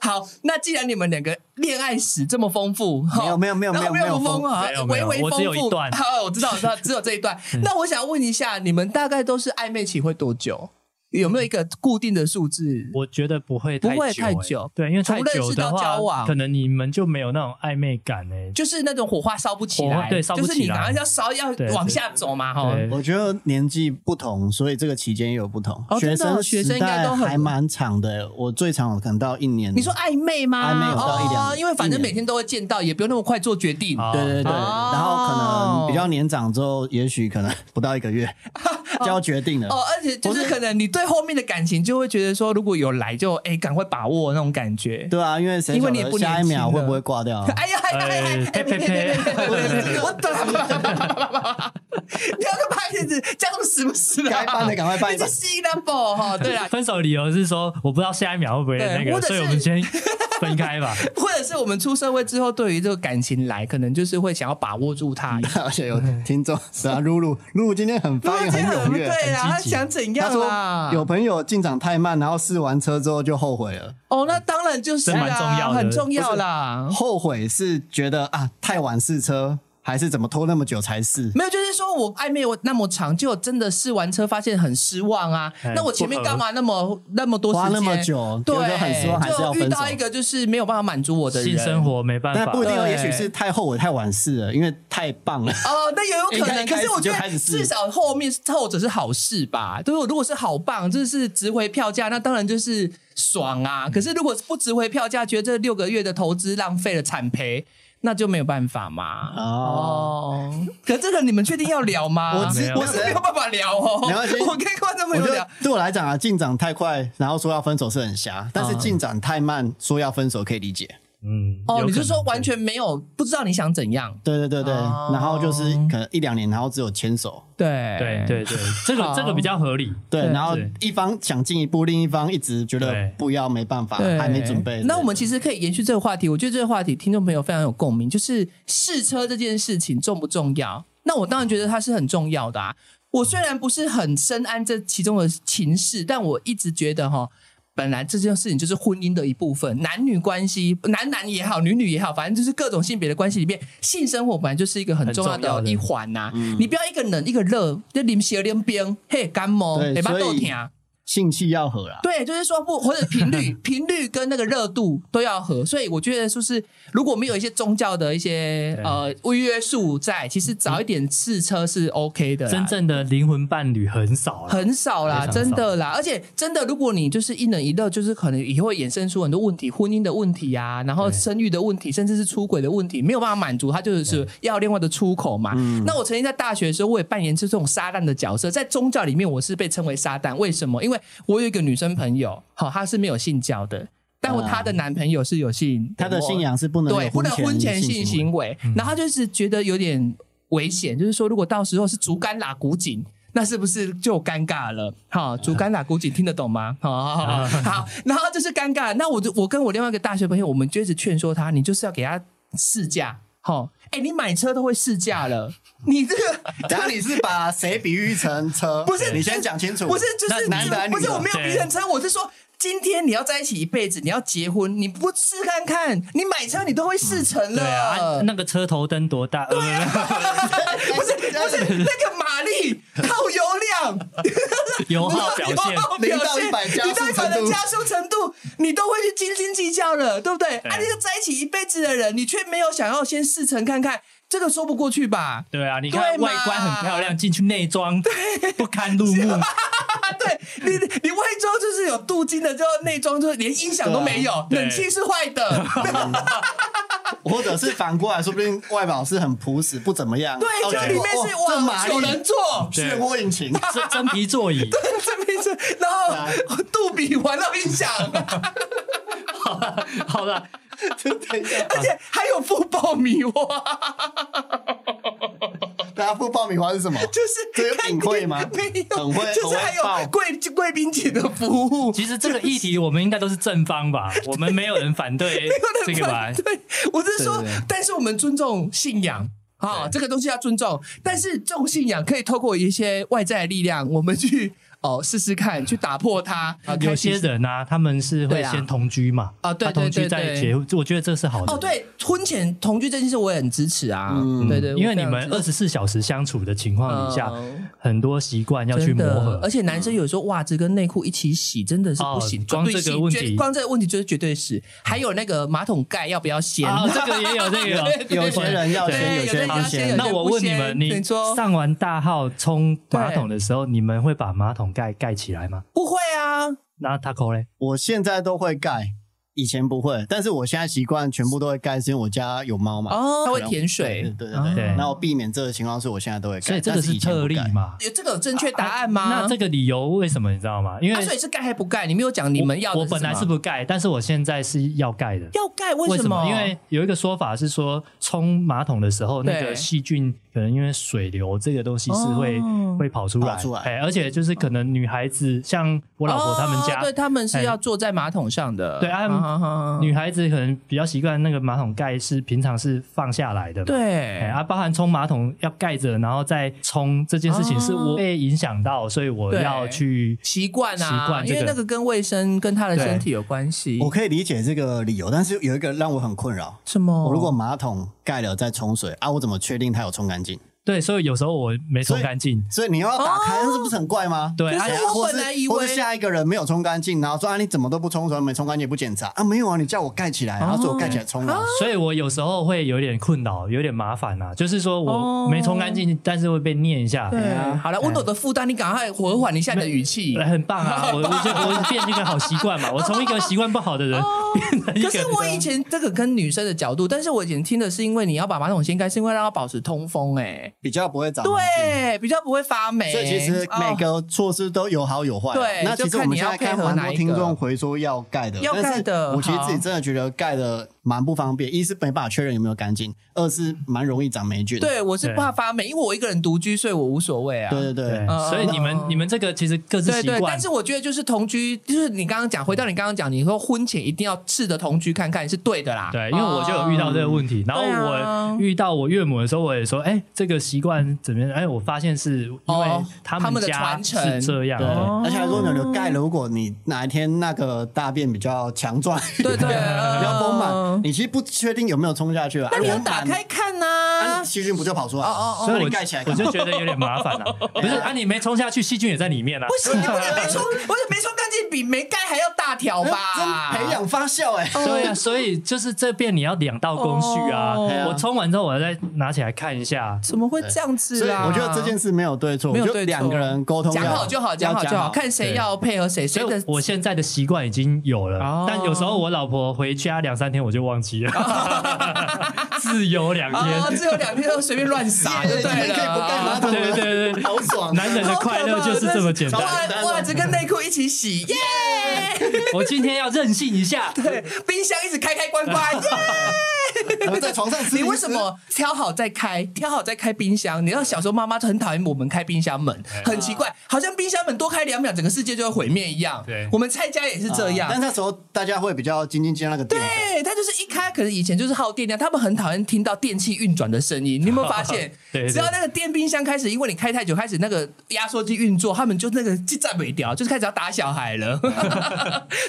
好，那既然你们两个恋爱史这么丰富，没有没有没有然后没有有没有丰啊没，有没微有微丰我富。只有一段 *laughs* 嗯好，我知道，我知道，只有这一段。那我想问一下，你们大概都是暧昧期会多久？有没有一个固定的数字？我觉得不会不会久、太欸久对，因为太从认久识的到话，交往可能你们就没有那种暧昧感哎、就是那种火花烧不起火来，花对烧不就是你起来马上要烧，要对往下走嘛，哈。对我觉得年纪不同，所以这个期间也有不同。哦真学的生学时生应该代都很还蛮长的，我最长可能到一年。你说暧昧吗？暧昧有到一两哦，因为反正每天都会见到，也不用那么快做决定。啊对对对，哦然后可能比较年长之后，也许可能 *laughs* 不到一个月就要决定了。哦，而且就是可能你对后面的感情就会觉得说，如果有来就哎，赶快把握那种感觉。对啊，因为谁因为晓你也不得下一年轻秒了会不会挂掉啊？哎呀，哎呀，哎呀，哎，呸呸呸！我等，你要个拍片子，这样死不死了？该办的赶快办一你是办。新的宝哈，对啦，分手理由是说我不知道下一秒会不会对那或个，者所以是我们先分开吧。或者是我们出社会之后，对于这个感情来，可能就是会想要把握住它。 *laughs* 而且有 *laughs* 听众是啊，露露，露露今天很发言很踊跃。对啦，他很积极想怎他样啦说？有朋友进场太慢，然后试完车之后就后悔了。哦，那当然就是这蛮重啦要的很重要啦。后悔是觉得啊太晚试车，还是怎么拖那么久才试？没有，就是说我暧昧我那么长，就真的试完车发现很失望啊。哎那我前面干嘛那么那么多时间花那么久对，结果就很失望还是就要分手遇到一个就是没有办法满足我的人性生活没办但法，不一定哦，对也许是太后悔太晚试了，因为太棒了。哦，那也有可能。一可哎开始是我觉就开得始试至少后面后者是好事吧。对，如果是好棒，就是值回票价，那当然就是爽嗯啊。可是如果不值回票价，觉得这六个月的投资浪费了惨赔，那就没有办法嘛。哦哦，可这个你们确定要聊吗？我知我是没有办法聊哦。没关系 *laughs* 我跟观众朋我友觉聊得。对我来讲啊，进展太快，然后说要分手是很瞎，但嗯是进展太慢，说要分手可以理解。嗯，哦，有你可就能说完全没有不知道你想怎样？对对对对，哦然后就是可能一两年，然后只有牵手。对对对对，这好个这个比较合理。对，对然后对一方想进一步，另一方一直觉得对不要，没办法，对，还没准备。那我们其实可以延续这个话题，我觉得这个话题听众朋友非常有共鸣，就是试车这件事情重不重要？那我当然觉得它是很重要的啊。我虽然不是很深谙这其中的情势，但我一直觉得哈。本来这件事情就是婚姻的一部分，男女关系，男男也好，女女也好，反正就是各种性别的关系里面，性生活本来就是一个很重要很重要的的一环呐、嗯你不要一个冷一个热，就淋血淋冰，嘿，感冒，对嘴巴所豆以疼。性气要合啊啦。对，就是说不，或者频率、 *laughs* 频率跟那个热度都要合，所以我觉得就是如果我们有一些宗教的一些对呃约束在，其实早一点试车是 OK 的啦，真正的灵魂伴侣很少啊了，很少啦，非常真的啦，而且真的，如果你就是一冷一热，就是可能也会衍生出很多问题，婚姻的问题啊，然后对生育的问题，甚至是出轨的问题，没有办法满足，他就是要另外的出口嘛。那我曾经在大学的时候，我也扮演这种撒旦的角色，在宗教里面我是被称为撒旦，为什么？因为我有一个女生朋友，好、她是没有信教的，但我啊她的男朋友是有信，他的信仰是不能对，有不能婚前性性行为。为。嗯然后他就是觉得有点危险，就是说，如果到时候是竹竿拉古井，那是不是就尴尬了？好，竹竿拉古井听得懂吗？好好好好，好然后就是尴尬。那我就我跟我另外一个大学朋友，我们就一直劝说他，你就是要给他试驾。好，哎，你买车都会试驾了，你这个 *laughs* 然后你是把谁比喻成车？ *laughs* 不是你先讲清楚。不是，就是那男啊的还不是女的我没有逼人车，我是说。今天你要在一起一辈子，你要结婚，你不试看看，你买车你都会试成了。对啊，啊那个车头灯多大？对啊 *laughs* 不是不是那个马力耗油 *laughs* 量，油耗表现 *laughs* 油耗表现 *laughs* 零到100加速你到一百程的度加速程度，你都会去斤斤计较了，对不对？啊，哎你个在一起一辈子的人，你却没有想要先试乘看看，这个说不过去吧？对啊，你对看嘛外观很漂亮，进去内装不堪入 *laughs* 目，啊，对你你外装就是有镀金的，就内装就是连音响都没有，对冷气是坏 *laughs* 的，或者是反过来，说不定外表是很朴实，不怎么样。对，哦就里面是哦这哇马九力人 *laughs* 座。对漩涡引擎，真真皮座椅，这边是，然后杜比环绕音 *laughs* 响，好了，等一下而 *laughs* 且还有副爆米花。大家不爆米花是什么？就是这有隐晦吗 *laughs* 没有，很会就是还很会有爆贵贵宾姐的服务。其实这个议题我们应该都是正方吧，我们没有人 *laughs* 反对这个吧？对， *laughs* 我是说对对对，但是我们尊重信仰。啊，这个东西要尊重，但是这种信仰可以透过一些外在的力量，我们去 *laughs* 哦试试看，去打破它。啊有开启些人啊，他们是会对啊先同居嘛，啊对他同居对对对再结婚，我觉得这是好的。哦，对，婚前同居这件事我也很支持啊，嗯对对，因我为非你常们支二持十四小时相处的情况底下，嗯很多习惯要去真磨的合而。且男生有时候袜子跟内裤一起洗真的是不行，哦光绝对这个洗问绝题光这个问题就是绝对是，还有那哦个马桶盖要不要掀？啊，这 *laughs* 个也有，这个 *laughs* 也有。有些人要对先，有些有些人不人要先先有。那我问你们，你你说上完大号冲马对桶的时候，你们会把马桶盖盖起来吗？不会啊，那 Taco 嘞？我现在都会盖，以前不会，但是我现在习惯全部都会盖，是因为我家有猫嘛。哦，它啊会舔对水，对对对哦。那我避免这个情况，所以我现在都会盖。所以这个但是是以前不特例盖。嘛？有这个有正确答案吗？啊那这个理由为什么你知道吗？因为啊，所以是盖还不盖？你没有讲你们要的我本来什是么不盖，但是我现在是要盖的。要盖，为什么？因为有一个说法是说，冲马桶的时候，对那个细菌可能因为水流这个东西是会、哦会跑出来，跑出来哎，而且就是可能女孩子，像我老婆她们哦家，对他们是哎要坐在马桶上的，对啊啊女孩子可能比较习惯那个马桶盖是平常是放下来的嘛，对哎，啊，包含冲马桶要盖着，然后再冲这件事情，哦是我被影响到，所以我对要去习惯啊，习惯这因个为那个跟卫生跟他的身体有关系。我可以理解这个理由，但是有一个让我很困扰。什么？我如果马桶盖了再冲水啊，我怎么确定它有冲干净？对，所以有时候我没所冲以干净，所以你要打开，那是不是很怪吗？对，可啊是，啊我或本是来以为或是下一个人没有冲干净，然后说啊你怎么都不冲水，没冲干净也不检查啊？没有啊，你叫我盖起来，然后说我盖起来冲啊。哦所以我有时候会有点困扰，有点麻烦呐、就是说哦我没冲干净，但是会被念一下。哎对啊，好了，温柔的负担，你赶快和缓一下你的语气。哎很棒啊！我我就我变成一个好习惯 *laughs* 嘛，我从一个习惯不好的人变成一个。哦可是我以前这个跟女生的角度，但是我以前听的是因为你要把马桶掀开，是因为让它保持通风、哎，比较不会长霉菌。对，比较不会发霉。所以其实每哦个措施都有好有坏啊。对那其实我们现在看蛮多听众回说要盖的，就看你要配合哪一个但是要盖的我其实自己真的觉得盖的蛮不方便，一是没办法确认有没有干净，二是蛮容易长霉菌。对我是怕发霉，因为我一个人独居，所以我无所谓啊。对对对对，嗯所以你们嗯你们这个其实各自对习对，惯但是，我觉得就是同居，就是你刚刚讲，回到你刚刚讲，你说婚前一定要试着同居看看是对的啦。哦对，因为我就有遇到这个问题，然后对啊我遇到我岳母的时候，我也说，哎，这个习惯怎么样？哎，我发现是因为哦他他们的家传承哦是这样对的，，而且还说你有盖了，如果你哪一天那个大便比较强壮，对对， *laughs* 比比较丰满，你其实不确定有没有冲下去啊。那你要啊打，开看如果呐、满啊细菌不就跑出来了？哦所以那我你盖起来我干嘛，就觉得有点麻烦 *laughs* 了。不是啊，你没冲下去，细菌也在里面啊。不行，你不能没冲，我觉得没冲干净比没盖还要大条吧？真培养发酵哎。对啊， *laughs* 所以就是这边你要两道工序啊。哦我冲完之后，我再拿起来看一下。怎么会这样子所以啊？我觉得这件事没有对错，没有我觉对错得两个人沟通讲要好就好，要讲好就好，好。看谁要配合谁，所谁以的我现在的习惯已经有了，哦但有时候我老婆回家两三天我就 *laughs* 忘记了，自由两天。啊， *laughs* 只有两天都随便乱 *laughs* 撒就对了。你可以不盖马桶对对对，好爽！啊男人的快乐就是这么简单。袜袜子跟内裤一起 *laughs* 洗，耶！ *laughs* 我今天要任性一下， *laughs* 对，冰箱一直开开关 *laughs* 关，耶！然后在床上吃，你为什么挑好再开？挑好再开冰箱？你知道小时候妈妈就很讨厌我们开冰箱门，很奇怪，好像冰箱门多开两秒，整个世界就会毁灭一样。对？我们拆家也是这样。嗯但那时候大家会比较斤斤计较那个电费，对，他就是一开，可能以前就是耗电量，他们很讨厌听到电器运转的声音。你有没有发现 *laughs* 对对只要那个电冰箱开始，因为你开太久，开始那个压缩机运作，他们就那个就再没掉，就是开始要打小孩 *laughs* 了。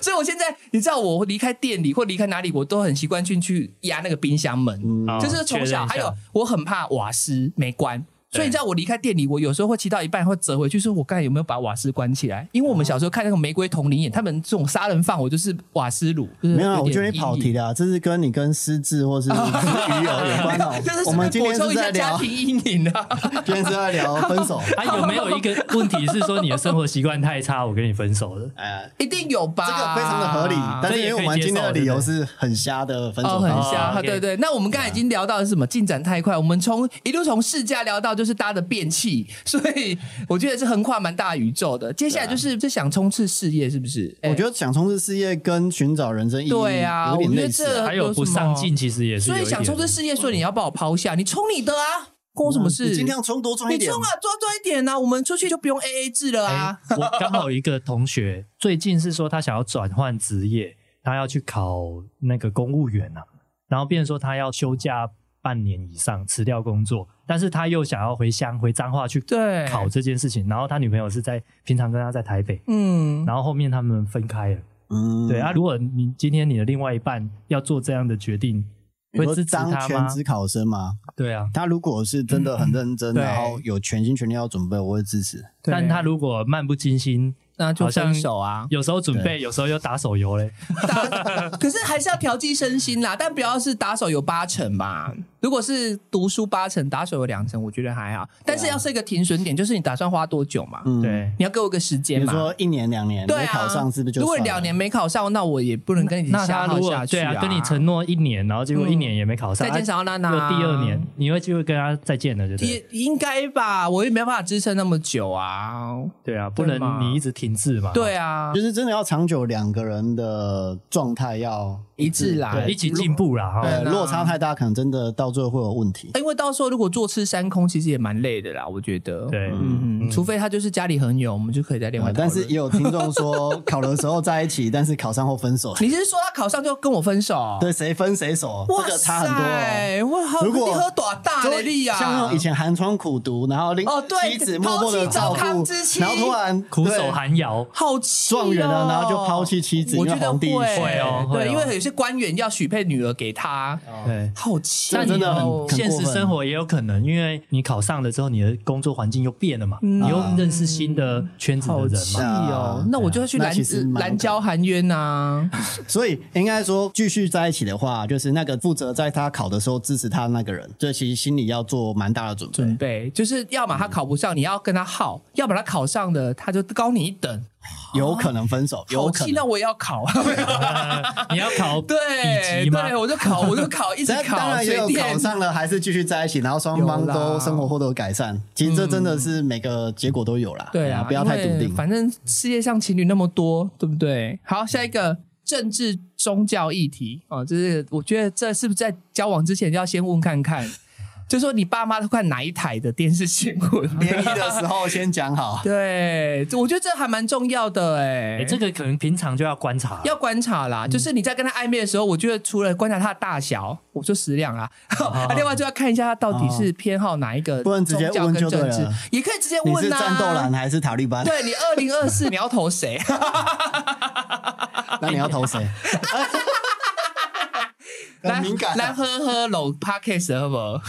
所以我现在，你知道，我离开店里或离开哪里，我都很习惯去去压那个冰箱门，哦就是从小还有我很怕瓦斯没关。所以你知道我离开店里，我有时候会骑到一半会折回去，说我刚才有没有把瓦斯关起来？因为我们小时候看那个《玫瑰同林演》，他们这种杀人犯，我就是瓦斯炉。就是没有啊，我嗯点觉得你阴跑影 *laughs* 题了啊，这是跟你跟失智或是鱼友有关哦 *laughs* 就。是我顺们今便补天充是一下在家聊，庭阴影啊。 *laughs* 今天是在聊 *laughs* 分手。啊，有没有一个问题是说你的生活习惯太差，我跟你分手了？哎，一定有吧？这个非常的合理，啊但是因为我们今天的理由是很瞎的分哦，手啊很方式。瞎，哦，OK 对对。那我们刚才已经聊到的是什么？进展太快，我们从一路从试驾聊到就是大家的变气，所以我觉得是横跨蛮大宇宙的。接下来就是就想冲刺事业，是不是？啊我觉得想冲刺事业跟寻找人生意义对啊有点我觉得类似这啊。还有不上进，其实也是所有一以点。想冲刺事业，所以你要把我抛下，你冲你的啊，关我什么事？嗯你尽量冲多赚一你点冲。啊，多赚一点啊，我们出去就不用 A A 制了啊。哎我刚好有一个 *laughs* 同学最近是说他想要转换职业，他要去考那个公务员啊，然后变成说他要休假半年以上辞掉工作，但是他又想要回乡回彰化去对考这件事情，然后他女朋友是在平常跟他在台北，嗯，然后后面他们分开了。嗯，对啊，，如果你今天你的另外一半要做这样的决定，会支持当他全吗？职考生嘛，对啊，他如果是真的很认真，对然后有全心全力要准备，我会支持。对但他如果漫不经心，那就好像分手啊。有时候准备，有时候又打手游嘞，打，可是还是要调剂身心啦，但不要是打手有八成吧。如果是读书八成，打手有两成，我觉得还好。但是要设一个停损点，就是你打算花多久嘛？嗯，，对，你要给我个时比间如嘛。说一年两年对没啊，考上，是不是就如果算了两年没考上，那我也不能跟你那消他耗如下果去嗯对啊，跟你承诺一年，然后结果一年也没考上，再见小娜娜啊如果第二年，你会就会跟他再见了，对不对？也应该吧，我也没办法支撑那么久啊。对啊，不对嘛能你一直停滞嘛。对啊就，是真的要长久两个人的状态要一致啦，对，一起进步啦哈。呃那落差太大，可能真的到最后会有问题。因为到时候如果坐吃山空，其实也蛮累的啦，我觉得。，对，嗯，除非他就是家里很有，我们就可以再另外呃讨论。但是也有听众说，考的时候在一起，但是考上后分手， *laughs* 你是说他考上就跟我分手？对谁分谁手，哇这个差很多哦。塞，哇，好如果你喝多大嘞力啊？像那种以前寒窗苦读，然后令哦对妻子默默的照抛弃糟糠顾之，妻然后突然苦对守寒窑，好气哦状元了然后就抛弃妻子我因为觉得皇帝会哦会对，哦因为有些官员要许配女儿给他，对。好气哦，这真的很现实生活也有可能，因为你考上了之后，你的工作环境又变了嘛，嗯你又认识新的圈子好的人气嘛。哦。那我就要去啊那蓝其实蛮蓝椒含冤啊呐，所以应该说，继续在一起的话，就是那个负责在他考的时候支持他的那个人，这其实心里要做蛮大的准备。准备就是要么他考不上，你要跟他耗；嗯要么他考上了，他就高你一等。有可能分手，有好可气，那能。我也要 *laughs* 考。 *laughs* 你要考对比级吗对，？我就 *laughs* 考，我就 *laughs* 考，一直但当考，然也随有考便。上了，还是继续在一起，然后双方有啦都生活获得改善。其实这真的是每个结果都有啦，对啊啊，，不要太笃因为定。反正世界上情侣那么多，对不对？好，下一个政治宗教议题哦，就是我觉得这是不是在交往之前要先问看 *laughs* 看，就说你爸妈都看哪一台的电视新闻？，*laughs* 联谊的时候先讲好 *laughs* 对，这我觉得这还蛮重要的哎、哎，这个可能平常就要观察了。 *laughs* 要观察嗯啦，就是你在跟他暧昧的时候，我觉得除了观察他的大小，我就食量啦， *laughs* 啊，另外就要看一下他到底是偏好哪一个啊不能宗直接教问跟就政对了治，也可以直接你问是啊。战斗蓝还是塔利班？对你二零二四你要投 *laughs* 谁？那你要 *laughs* 投谁？很来敏感来啊，喝喝拢 podcast 好不好？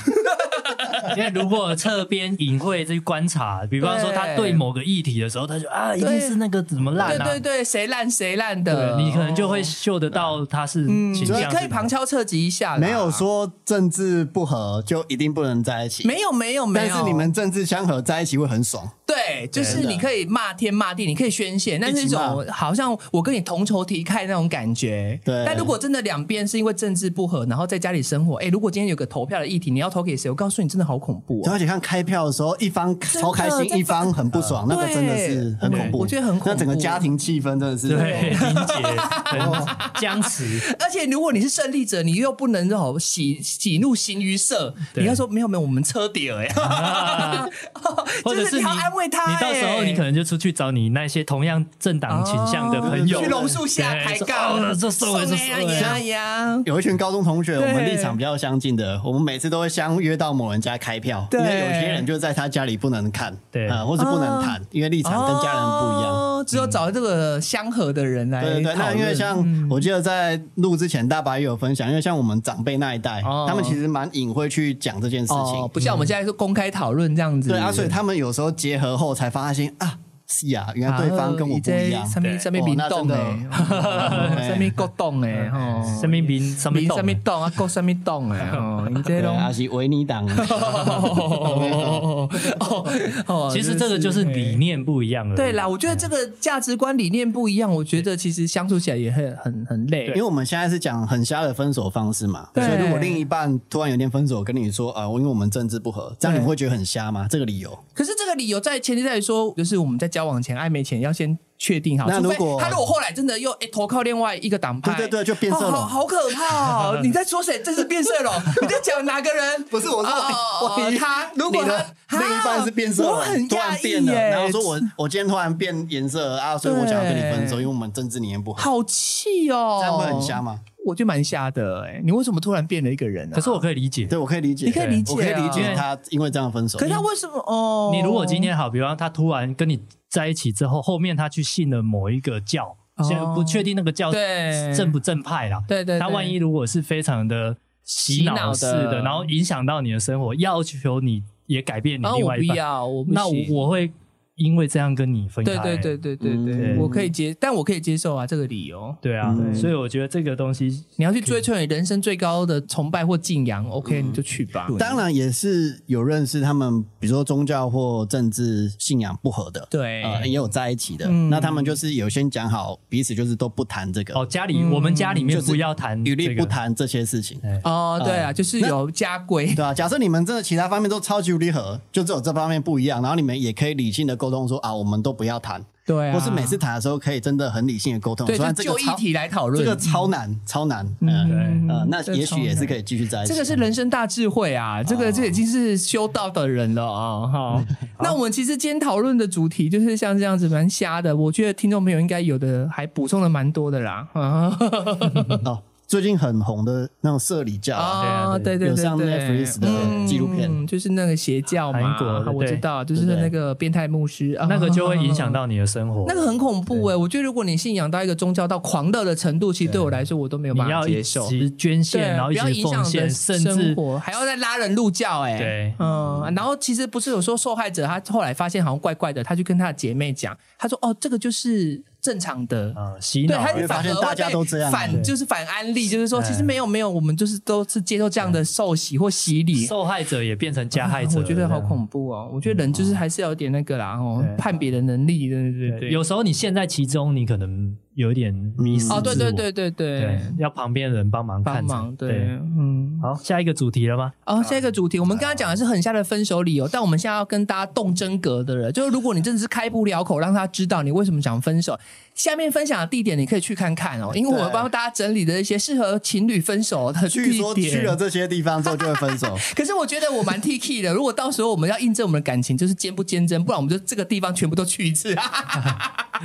因为如果侧边隐晦去观察，比方说他对某个议题的时候，他就啊，一定是那个怎么烂对对啊，对，谁烂谁烂的，对，你可能就会哦嗅得到他是倾你向是。嗯可以旁敲侧击一下啦。没有说政治不合就一定不能在一起，没有没有没但有，是你们政治相合在一起会很爽。对，就是你可以骂天骂地，你可以宣泄，但是一种好像我跟你同仇敌忾那种感觉。对但如果真的两边是因为政治不合，然后在家里生活，哎，如果今天有个投票的议题，你要投给谁？我告诉你，真的好恐怖然哦。后且看开票的时候，一方超开真的心，一方很不爽，那个真的是很恐怖，对我觉得很恐怖那整个家庭气氛真的是 *laughs* 对，理解很僵持，而且如果你是胜利者，你又不能好喜喜怒形于色，对你要说没有没有，我们车底 *laughs* 了哎，或者就是你你要安慰他你到时候哎你可能就出去找你那些同样政党倾向的朋友哦去，榕树下抬杠对，说哦这受了这受呀了呀呀。有一群高中同学，我们对立场比较相近的，我们每次都会相约到某人家开票，对因为有些人就在他家里不能看，对呃或是不能谈，因为立场跟家人不一样。哦，嗯只有找这个相合的人来对对对，讨那因为论像我记得在录之前，大白也有分享，因为像我们长辈那一代，哦他们其实蛮隐晦去讲这件事哦，情，不像我们现在是公开讨论这样子。对啊，所以他们有时候结合后才发现啊，是啊，原来对方跟我不一样，上面上面哦冰那真冻的哎， *laughs* 哎上面够冻 *laughs* 哎，吼，哦生命兵生命上面冻啊，够上面冻哎，吼，你这对，种啊是维 *laughs* 尼党。 *laughs* 哦哦 *laughs* 哦其实这个就是理。念不一样了。对啦，我觉得这个价值观理念不一样，我觉得其实相处起来也很很很累因。为我们现在是讲很瞎的分手方式嘛，对所以如果另一半突然有一天分手，跟你说啊，我因为我们政治不合，这样你们会觉得很瞎吗？这个理由，可是这个理由在前提在于说，就是我们在交往前、暧昧前要先确定好。那除非如果他如果后来真的又诶投靠另外一个党派，对对对就变色龙哦好好可怕 *laughs* 哦！你在说谁？这是变色龙？你在讲哪个人？不 *laughs* 是我说哦万一他如果你的他另一半是变色龙我很突讶然异变了，耶然后说我我今天突然变颜色了啊，所以我想要跟你分手，因为我们政治理念不合，好气哦，这样会很瞎吗？我就蛮瞎的哎、你为什么突然变了一个人啊？可是我可以理解，对我可以理解，你可以理解啊我可以理解他因为这样分手。可是他为什么哦？你如果今天好，比方他突然跟你在一起之后，后面他去信了某一个教，哦现在不确定那个教对正不正派啦。对对对他万一如果是非常的洗洗脑脑的式的，然后影响到你的生活，要求你也改变你啊，另我外不一半，要，我不那我行我会因为这样跟你分开。对对对对对对，嗯我可以接，但我可以接受啊这个理由。对啊，嗯所以我觉得这个东西你要去追求你人生最高的崇拜或敬仰，OK，你就嗯去吧。当然也是有认识他们，比如说宗教或政治信仰不合的，对呃，也有在一起的。嗯那他们就是有先讲好，彼此就是都不谈这个，哦，家里、嗯我们家里面就是不要谈、这屡个，律不谈这些事情。哦，对呃啊，就是有家规，对啊，假设你们真的其他方面都超级无敌合，就只有这方面不一样，然后你们也可以理性的沟通说啊，我们都不要谈，对啊，或是每次谈的时候可以真的很理性的沟通。对虽就然这就个议超题来讨论这个超难，超难。嗯嗯对呃，那这也许也是可以。以哦继续在一起。这个是人生大智慧啊，这个这已经是修道的人了啊哈。嗯那我们其实今天讨论的主题就是像这样子蛮瞎的，我觉得听众朋友应该有的还补充的蛮多的啦啊哦，最近很红的那种社里教啊，啊，对对有对上对 Netflix 的纪录片嗯就是那个邪教嘛，韩国的我知对道，就是对对那个变态牧师，啊那个就会影响到你的生活。 *laughs* 那个很恐怖哎、我觉得如果你信仰到一个宗教到狂热的程度，其实对我来说我都没有办你法要一接啊受。直捐啊对，献，然后不一要起影响奉我的献，甚至生活，还要再拉人入教哎、对嗯，然后其实不是有说受害者他后来发现好像怪怪的，他就跟他的姐妹讲，他说哦这个就是正常的。呃洗对，脑他因就为反发而现大家会被都这样反对就是反安利，就是说，哎其实没有没有，我们就是都是接受这样的受洗或洗礼，啊受害者也变成加害者，我觉得好怖。恐怖哦。我觉得人就是还是要有点那个啦，哦对，判别的能力，对对对对对，有时候你陷在其中，你可能有一点迷失嗯哦，对自对我对对对对，，要旁边人帮忙帮看着忙对，嗯。好，下一个主题 *laughs* 了吗？啊哦，下一个主题，我们刚刚讲的是很下的分手理由，但我们现在要跟大家动真格的了，就是如果你真的是开不了口，让他知道你为什么想分手，下面分享的地点你可以去看看哦，因为我们对帮大家整理了一些适合情侣分手的据地说去了点。这些地方之后就会 *laughs* 分手。可是我觉得我蛮 *laughs* T K 的，如果到时候我们要印证我们的感情，就是坚不坚贞，不然我们就这个地方全部都去一次。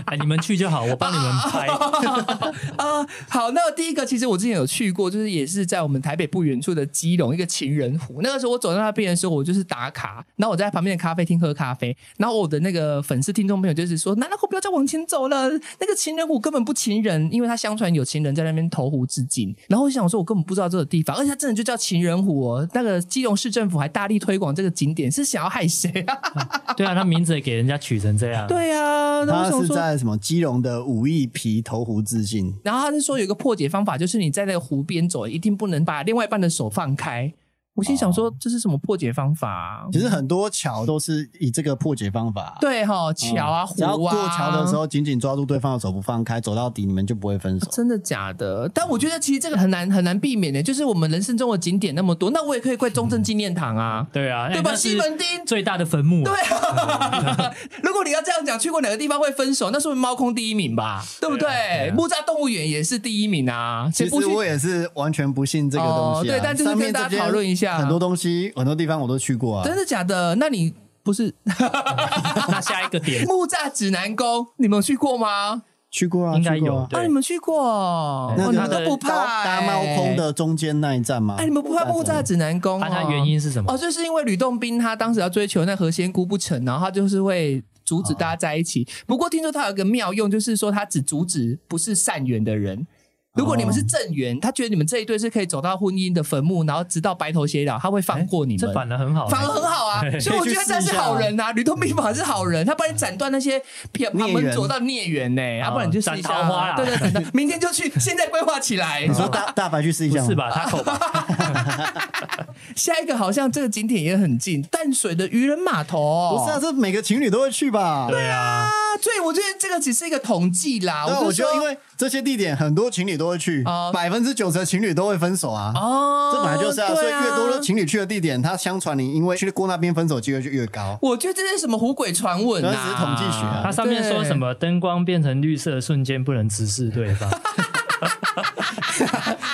哎，你们去就好，我帮你们 *laughs* 拍。啊，好，那第一个其实我之前有去过，就是也是在我们台北不远处的基隆一个情人湖。那个时候我走到那边的时候，我就是打卡，然后我在旁边的咖啡厅喝咖啡，然后我的那个粉丝听众朋友就是说，南拉湖不要再往前走了，那个情人湖根本不情人，因为他相传有情人在那边投湖自尽。然后我想说，我根本不知道这个地方，而且它真的就叫情人湖哦。那个基隆市政府还大力推广这个景点，是想要害谁啊？ *laughs* 对啊，他名字也给人家取成这样。对啊，然后我他想是说。在什么基隆的武义皮投湖自尽，然后他是说有一个破解方法，就是你在那个湖边走，一定不能把另外一半的手放开。我心想说，这是什么破解方法、啊？其实很多桥都是以这个破解方法。嗯对哈、桥啊、只要湖过啊，桥的时候紧紧抓住对方的手不放开，走到底你们就不会分手。真的假的？但我觉得其实这个很难很难避免的，欸就是我们人生中的景点那么多，那我也可以怪中正纪念堂啊，对啊，哎对吧？那是西门町。最大的坟墓 *laughs* 啊，对啊， *laughs* 如果你要这样讲，去过哪个地方会分手？那说明猫空第一名吧，对不对？啊木栅动物园也是第一名啊。其谁实不去我也是完全不信这个东西、啊哦对但就是上面跟大家这边讨论一下啊很多东西很多地方我都去过啊。真的假的？那你不是 *laughs* 啊那下一个点木栅指南宫，你们有去过吗？去过啊，应该去过有啊。对啊，你们去过哦，那哦个你们都不怕搭欸猫空？的中间那一站吗？哎，你们不怕木栅指南宫哦？啊，它原因是什么哦，？就是因为吕洞宾他当时要追求那何仙姑不成，然后他就是会阻止大家在一起。不过听说他有个妙用，就是说他只阻止不是善缘的人。如果你们是正缘，他觉得你们这一对是可以走到婚姻的坟墓，然后直到白头偕老，他会放过你哎这们。反而很好，反而很好 *laughs* 啊，所以我觉得他是好人啊，吕洞宾反而是好人，他帮你斩断那些偏旁孽门缘左道孽缘呢，啊要不然你就试一下斩桃花啊啦对对对，对明天就去，现在规划起来你。说大大白去试一不下吗是？吧？他口吧？ *laughs* 下一个好像这个景点也很近，淡水的渔人码头哦，不是啊，这每个情侣都会去吧？对啊，啊，所以我觉得这个只是一个统计啦，对啊，就我觉得说因为这些地点很多情侣都会去哦，百分之九十的情侣都会分手啊。哦，这本来就是啊，所以对越多的情侣去的地点，它相传你因为去过那边分手机会就越高。我觉得这是什么虎鬼传闻那啊，只是统计学啊它上面说对什？么灯光变成绿色的瞬间不能直视对方，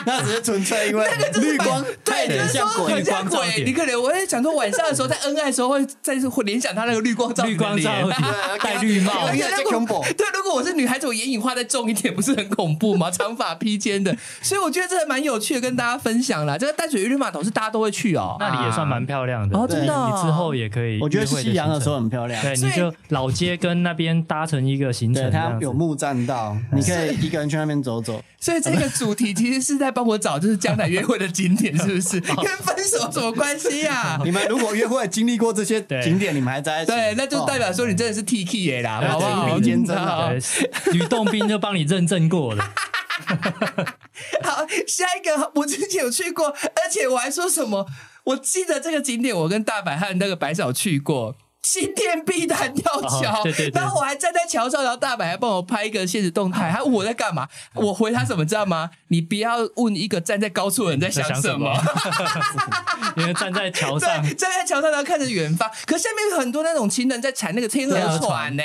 那只是纯粹 *laughs* 因为绿光太对，就是像说鬼很像照鬼。点你可能我在想说晚上的时候，在恩爱的时候会再次会联想他那个绿光照绿光照你的脸戴绿帽而而且且如果哎恐怖。对，如果我是女孩子，我眼影画再重一点，不是很恐怖吗？长发披肩的，所以我觉得这还蛮有趣的，跟大家分享啦。这个淡水鱼绿码头是大家都会去哦，那里也算蛮漂亮的。哦，真的哦、你之后也可以。我觉得夕阳的时候，很漂亮，对，所以你就老街跟那边搭成一个行对，程，这它样有子。木栈道，你可以一个人去那边走走。所以这个主题其实是在帮我找，就是江南约会的景点，是不 *laughs* 是？哦跟分手有什么关系呀、你们如果约会经历过这些对景点，你们还在一起，对，那就代表哦说你真的是 T K 耶啦，哦 *laughs* 对好不好？嗯情比坚贞啊好对，吕洞宾就帮你认证过了。好，下一个我之前有去过，而且我还说什么？我记得这个景点，我跟大白和那个白嫂去过。新店碧潭吊桥、哦对对对然后我还站在桥上，然后大白还帮我拍一个现实动态，他问我在干嘛，我回他什么知道吗？你不要问一个站在高处的人在想什么，？ *laughs* 因为站在桥上，对，站在桥上然后看着远方，可下面有很多那种情人在踩那个天对鹅啊船呢、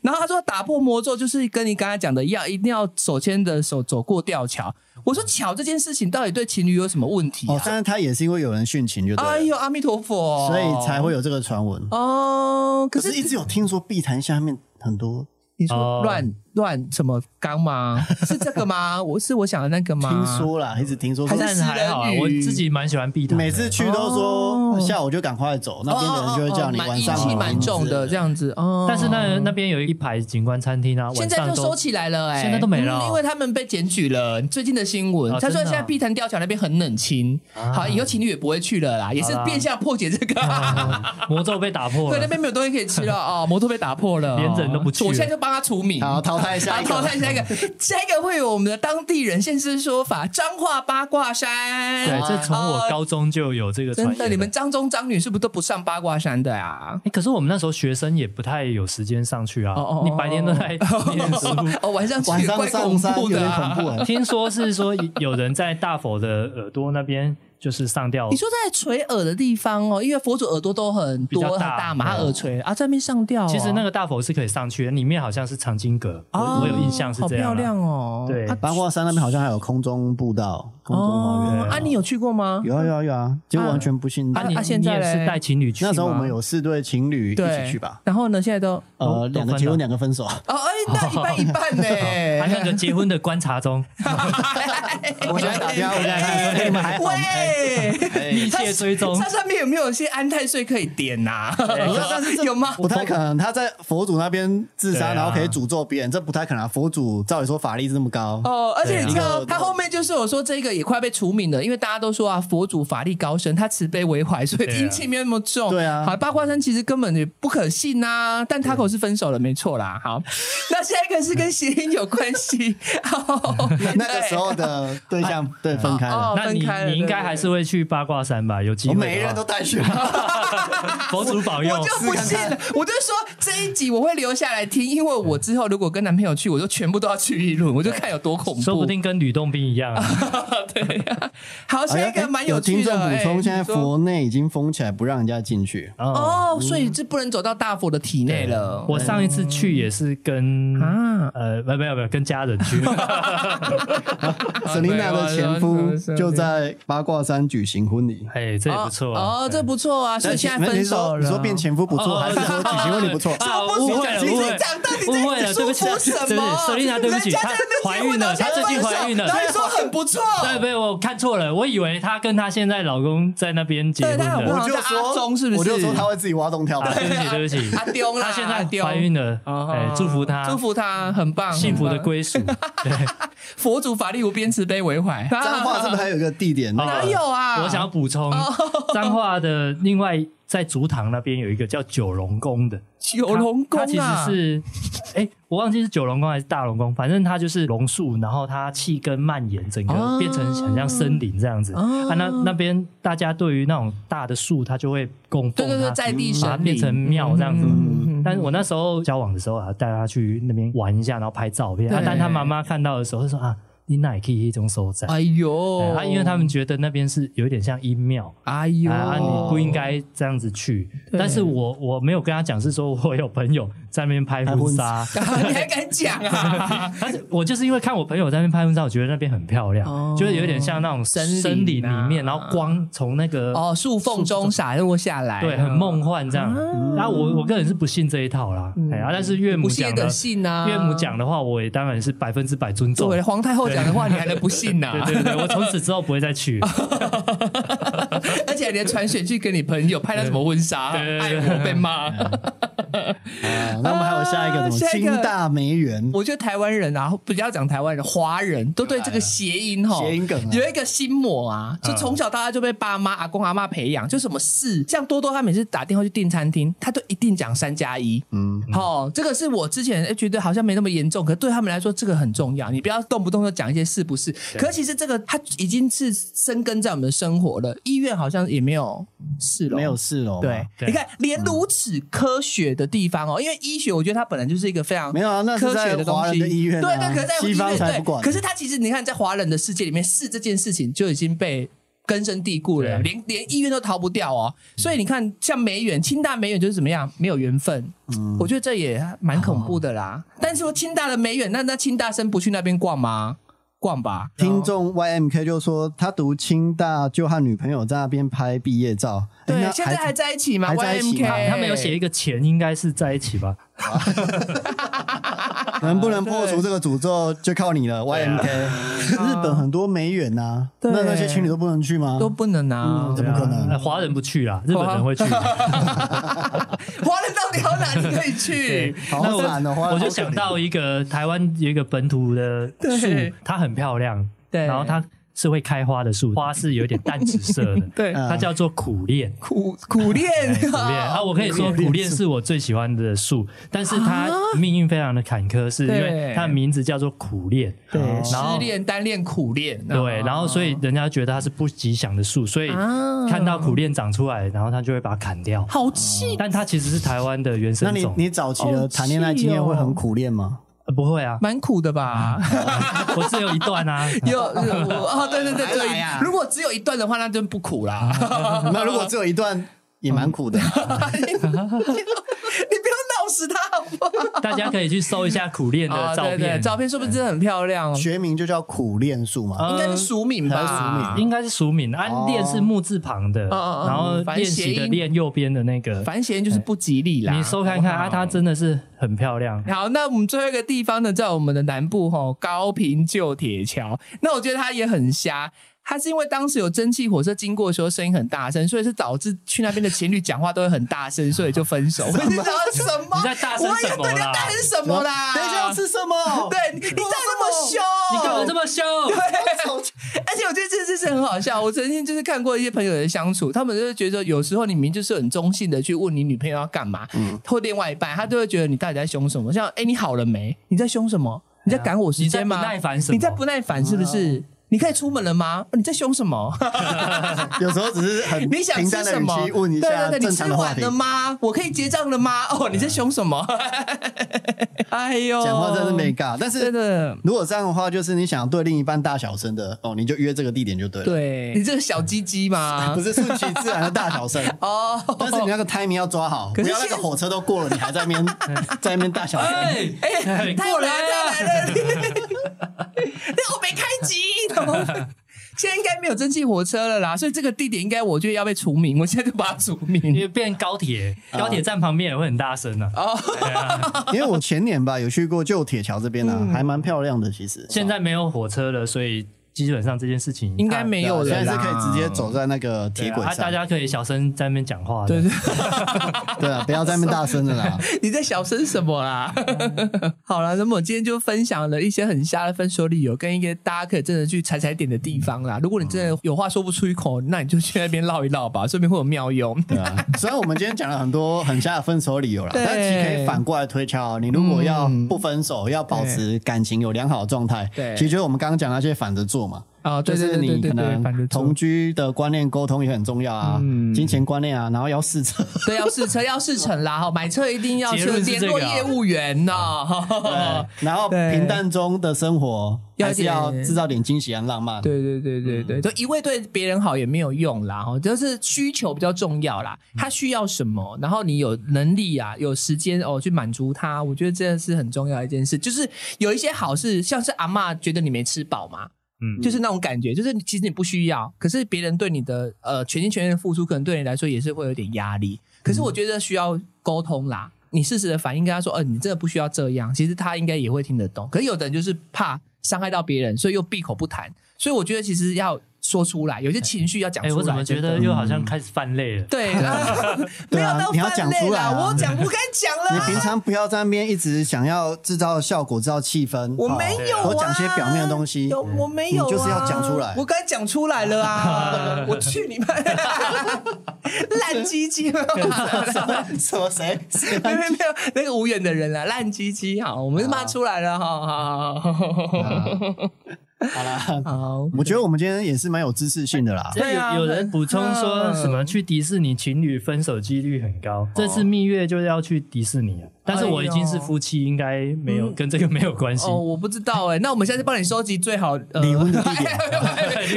然后他说打破魔咒就是跟你刚才讲的一样，一定要手牵着手走过吊桥。我说桥这件事情到底对情侣有什么问题哦啊，？但是它也是因为有人殉情，就对了哎呦，阿弥陀佛，所以才会有这个传闻。哦。可可是是，一直有听说碧潭下面很多，你说哦乱乱什么缸 *laughs* 吗？是这个吗？我是我想的那个吗？听说啦，一直听说还说但还好啊，我自己蛮喜欢碧潭的。每次去都说、哦下午就赶快走，那边的人就会叫你哦哦哦晚阴上气蛮重的这样。样子哦。但是那那边有一排景观餐厅啊，现晚在上就都收起来了、哎，现在都没了嗯因为他们被检举了。最近的新闻，啊他说真的啊现在碧潭吊桥那边很冷清，啊好，以后情侣也不会去了啦，也是好啦变相破解 *laughs* 这个。魔咒被打破对，了那。边没有东西可以吃 *laughs* 了哦，摩托被打破了哦，连人都不去了我现在就帮他除名，好，淘汰下好一个， *laughs* 淘汰下一个，下一个会有我们的当地人现身说法，彰化八卦山。对，这从我哦高中就有这个传真言的，了。你们彰中彰女是不是都不上八卦山的 *laughs* 啊？欸可是我们那时候学生也不太有时间上去啊，哦哦哦你白天都 *laughs* 在念书。哦，晚上去晚也上怪上恐山怖有的点啊恐怖。*laughs* 哎。听说是说有人在大佛的耳朵那边就是上吊你，说在垂耳的地方哦，因为佛祖耳朵都很多比较很大大嘛，他对耳垂啊，在那边上吊哦。其实那个大佛是可以上去的，里面好像是藏经阁，哦我我有印象是好这样啊。漂亮哦。*laughs* 对啊八卦山那边好像还有空中步道、空中花园。哦，啊，你有去过吗？有啊有啊有啊，结果完全不信。啊，你啊现在你也嘞是带情侣去吗？那时候我们有四对情侣一对，起去吧，。然后呢，现在都哦，都呃，两个都分了结婚，两 *laughs* 个分手。哎，那一半一半啊，那个呢。结婚的观察中，我现在打电话，我现在看说你们还好吗？喂， *laughs* 哎密切追踪它。上面有没有一些安泰税可以点呐？哎有吗？不太可能，他在佛祖那边自对杀，啊然后可以诅咒别人，这不太可能啊。佛祖照理说法力这么高，哦，而且你知道，对啊他后面就是我说这个也快被除名了，因为大家都说啊，佛祖法力高深，他慈悲为怀，所以对啊阴气没有那么重。对啊好，八卦山其实根本也不可信呐、但 Taco 是分手了，没错啦。好，那下一个是跟谐音有关系。好 *laughs* 那个时候的对象对分开了哦，那你分开了你应该对还是会去八卦山吧？有机我会的话，每一任都带去 *laughs* 了。佛祖保佑我。就不信了，我就说这一集我会留下来听，因为我之后如果跟男朋友去，我就全部都要去议论，我就看有多恐怖。说不定跟吕洞宾一样啊， *laughs* 哦对啊。好，下一哎个蛮有趣的。听众补充，哎现在你说佛内已经封起来，不让人家进去。哦，哦，所以是不能走到大佛的体内了。我上一次去也是跟啊呃，没没有没有跟家人 *laughs* 去，啊 *laughs* 沈琳娜的前夫就在八卦山举行婚礼。哎，这也不错啊哦，这不错啊，所以现在但分你手说了。哦你说变前夫不错，还是说举行婚礼不错？啊不误行会了，其实误你会了讲到底在误会了，对不起，舒服什么对不起瑟琳娜，对不起，人家她在那怀边结孕婚了，到现她在最近分手怀孕了然，后你说很不错， *laughs* 对，被我看错了，我以为她跟她现在老公在那边结对婚她老了公，我就阿说忠是不，啊是我就说他会自己挖洞跳吧。 *laughs* 对不起，对不起，阿丢啦，她现阿在丢啊怀孕了，哎，祝福她，祝福他，很棒，幸福的很棒。*laughs* 归属，对，佛祖法力无边，慈悲为怀。彰化是不是还有一个地点？那哪个有啊？我想要补充，彰化的另外在竹塘那边有一个叫九龙宫的，九龙宫它其啊，实是，哎、我忘记是九龙宫还是大龙宫，反正它就是龙树，然后它气根蔓延，整哦个变成很像森林这样子。哦啊，那那边大家对于那种大的树，它就会供对奉它，对对，在地神把它灵变成庙这样子。嗯但是我那时候交往的时候啊，带他去那边玩一下，然后拍照片。啊对，但他妈妈看到的时候就说啊，你哪可以一种所在？哎呦，哎啊，因为他们觉得那边是有点像阴庙，哎呦，啊，你不应该这样子去。对但是我我没有跟他讲，是说我有朋友在那边拍婚啊纱， *laughs* 你还敢讲啊？但是我就是因为看我朋友在那边拍婚纱，我觉得那边很漂亮，哦就是有点像那种森林啊森林里面，然后光从那个 *laughs* 哦，树缝中洒落下来，嗯对，很梦幻这样。哦然后我我个人是不信这一套啦，嗯哎呀，但是岳母不屑讲的的信啊，岳母讲的话，我也当然是百分之百尊重。对皇太后讲的话，你还能不信啊呐、对对对，我从此之后不会再去。 *laughs* 而且还连传选去给你朋友拍他什么婚纱，对爱对对我被 *laughs* 骂。啊那我们还有下一个什下么一个清大梅园，我觉得台湾人啊，不要讲台湾人，华人都对这个谐音哈，谐音梗啊嗯有一个心魔啊，就从小到大就被爸妈、阿公阿妈培养，就什么事，像多多他每次打电话去订餐厅，他都一定讲三加一。嗯，好，这个是我之前诶哎觉得好像没那么严重，可对他们来说这个很重要。你不要动不动就讲一些是不是？可其实这个它已经是生根在我们的生活了。医院好像也没有是了，没有四楼吗对，对你看，连如此科学的地方哦，因为医学，我觉得它本来就是一个非常嗯没有啊那是科学在东华西。人的医院啊对，那可是在西方医院才对不管可是它其实你看，在华人的世界里面，是这件事情就已经被。根深蒂固了，对连连医院都逃不掉嗯哦。所以你看，像梅远、清大梅远就是怎么样，没有缘分。嗯我觉得这也蛮恐怖的啦。哦但是说清大的梅远，那那清大生不去那边逛吗？逛吧，听众 YMK 就说他读清大就和女朋友在那边拍毕业照，哎对，那现在还在一起吗还在一起？YMK，吗他们有写一个钱，应该是在一起吧？能不能破除这个诅咒就靠你了，YMK。日啊 *laughs* 本很多美远呐，对那那些情侣都不能去吗？都不能啊嗯，怎么可能哎华人不去啦，日本人会 *laughs* 去。 *laughs* 华人到底有哪里可以 *laughs* *laughs* 去？好那惨哦，花我了我就好想可怜到一个台湾有一个本土的树对，它很漂亮，对，然后它是会开花的树，花是有点淡紫色的对哦它叫做苦楝。苦苦练哎苦楝啊，我可以说苦楝是我最喜欢的树，但是它命运非常的坎坷，是因对为它的名字叫做苦楝，对然后失恋、单恋、苦啊恋，对，然后所以人家觉得它是不吉祥的树，所以啊看到苦楝长出来，然后他就会把它砍掉。嗯好气但它其实是台湾的原那生你种，你早期哦的谈恋爱经验会很苦 *laughs* 练吗？呃不会啊， *laughs* 蛮苦的吧？我只有一段啊，有我哦，对对对还来啊对，如果只有一段的话，那真不苦 *laughs* 啦。那如果只有一段也蛮苦的，嗯你不要闹死他好不好？大家可以去搜一下苦练的啊照对对，片，嗯照片是不是真的很漂亮？ *laughs* 学名就叫苦练术嘛。*laughs* 呃应该是署名还是吧，署名应该是署名，哦安练是木字旁的，嗯嗯然后反练正谐习的音练右边的那个，反嫌就是不吉利啦。你搜看看啊，它真的是很漂亮。好，那我们最后一个地方呢，在我们的南部吼、高平旧铁桥。那我觉得它也很瞎，它是因为当时有蒸汽火车经过的时候声音很大声，所以是导致去那边的情侣讲话都会很大声，所以就分手。我知道什么？ *laughs* 你在大声什么我也对 *laughs* 你在啦大声什么啦？ *laughs* 等一下要吃什么？ *laughs* 对你你在那么凶，你干嘛这么凶？而且我觉得这件事很好笑。我曾经就是看过一些朋友的相处，他们就会觉得有时候你明明就是很中性的去问你女朋友要干嘛，嗯或另外一半，他就会觉得你到底在凶什么？像哎、诶你好了没？你在凶什么？啊你在赶我时间吗？你在不耐烦什么你在不耐烦是不嗯是？你可以出门了吗？哦你在凶什 *laughs* 么？有时候只是很你想平吃淡的什语么气？问一下对对对，正你常吃的话完题啊了。吗？我可以结账了吗？哦，你在凶什 *laughs* 么？哎呦，讲话真是没尬，但真是的。如果这样的话，就是你想对另一半大小声的哦，你就约这个地点就对了。，对啊你这个小鸡鸡嘛， *laughs* 不是顺其自然的大小声。 *laughs* 哦，但是你那个 timing 要抓好，可不是要那个现火车都过了，你还在那 *laughs* 边在那边大小声。哎 *laughs* *laughs* 哎，过来太啊！来了！ *laughs* 那我没开机，怎么办现在应该没有蒸汽火车了啦，所以这个地点应该我觉得要被除名，我现在就把它除因名。 *laughs* 为变高铁，高铁站旁边也会很大声啊。哦，因为我前年吧有去过旧铁桥这边呢，嗯还蛮漂亮的。其实现在没有火车了，所以基本上这件事情应该没有对了啊现啦，在是可以直接走在那个铁轨对啊啊大上。家可以小声在那边讲话的。对对，对啊，不要在那边大声的啦。 *laughs* 你在小声什么啦？ *laughs* 好了，那么我今天就分享了一些很瞎的分手理由，跟一个大家可以真的去踩踩点的地方啦。如果你真的有话说不出口，那你就去那边唠一唠吧，说不定会有妙用。对啊，虽然我们今天讲了很多很瞎的分手理由啦，对嗯但其实可以反过来推敲哦，你如果要不分手，要保持感情有良好的状态，对其实就是我们刚刚讲那些反着做嘛。啊，就对对是对对你对可对，反能正同居的观念沟通也很重要啊，嗯金钱观念啊，然后要试车，对要试车要试乘啦，哈，买车一定要结车论是联这个络啊业务员呐， *laughs* 然后对平淡中的生活要还是点要制造点惊喜和浪漫。对对对对对，嗯就一味对别人好也没有用啦，哈，就是需求比较重要啦，嗯他需要什么，然后你有能力啊，有时间哦去满足他，我觉得这是很重要的一件事。就是有一些好事，像是阿嬷觉得你没吃饱嘛，嗯就是那种感觉，就是其实你不需要，可是别人对你的呃全心全意的付出，可能对你来说也是会有点压力。可嗯是我觉得需要沟通啦，你适时的反应跟他说，呃，你真的不需要这样，其实他应该也会听得懂。可是有的人就是怕伤害到别人，所以又闭口不谈。所以我觉得其实要说出来，有些情绪要讲哎、出来。我怎么觉得真的又好像开始犯累了？对， *laughs* 啊没对有啊到你要犯讲累出来啦，啊我讲不该讲 *laughs* 你了平啊。常不要在那边一直想要制造效果、制造气氛，我没哦有、啊，我讲些表面的东西嗯有我没有、啊，你就是要讲出来我刚才讲出来了 *laughs* 啊！我去你妈！烂鸡鸡， *laughs* 没有 *laughs* 什 *laughs* 么谁？谁没有没有，那个无缘的人啊，烂鸡鸡，好，我们骂出来了，好好好好好啦，好，我觉得我们今天也是蛮有知识性 *laughs* 的啦。对啊哎有有人补充说嗯什么去迪士尼情侣分手几率很高，哦这次蜜月就是要去迪士尼啊。但是我已经是夫妻，应该没有、跟这个没有关系。哎哦，我不知道哎、那我们下次帮你收集最好呃哎 *laughs* 离婚的地点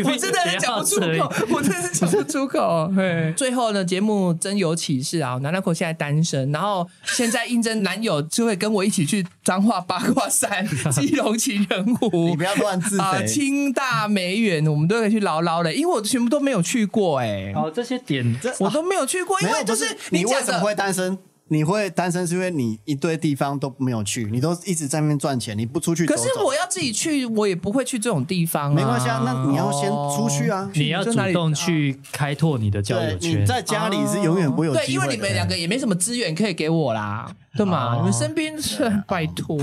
我真的很讲不出口，我真的是讲不出口。嘿 *laughs* 最后呢，节目真有启示啊！南南口现在单身，然后现在应征男友就会跟我一起去彰化八卦山、基隆情人 *laughs* 你湖不。要乱自啊、肥，清大、梅园，我们都可以去捞捞的，因为我全部都没有去过哎、好，这些点我都没有去过，因没为有，就不是你为讲什么的会单身？你会单身是因为你一堆地方都没有去，你都一直在那边赚钱，你不出去走可走。是我要自己去，我也不会去这种地方、啊。没关系啊，那你要先出去啊。你要主动去开拓你的交友对，圈你。在家里是永远不会有对，机因会为的。嗯你们两个也没什么资源可以给我啦，对嘛？哦你们身 *laughs* 边是拜托，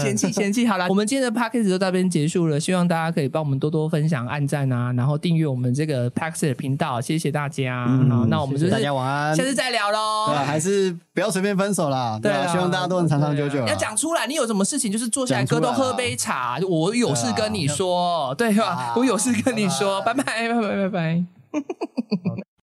嫌弃嫌弃。好啦，我们今天的 p a c k a g e 就到这边结束了，希望大家可以帮我们多多分享、按赞啊，然后订阅我们这个 p a c k a g e 的频道，谢谢大家。好，那我们就是嗯大家晚安。下次再聊喽对。啊，还是不要随便分手啦。对啊，啦希望大家都能长长久久对啦。啊要讲出来，你有什么事情就是坐下来，讲出哥来啊都啦喝杯茶，我有事跟你说，对吧？啊我有事跟你说，拜拜拜拜拜拜。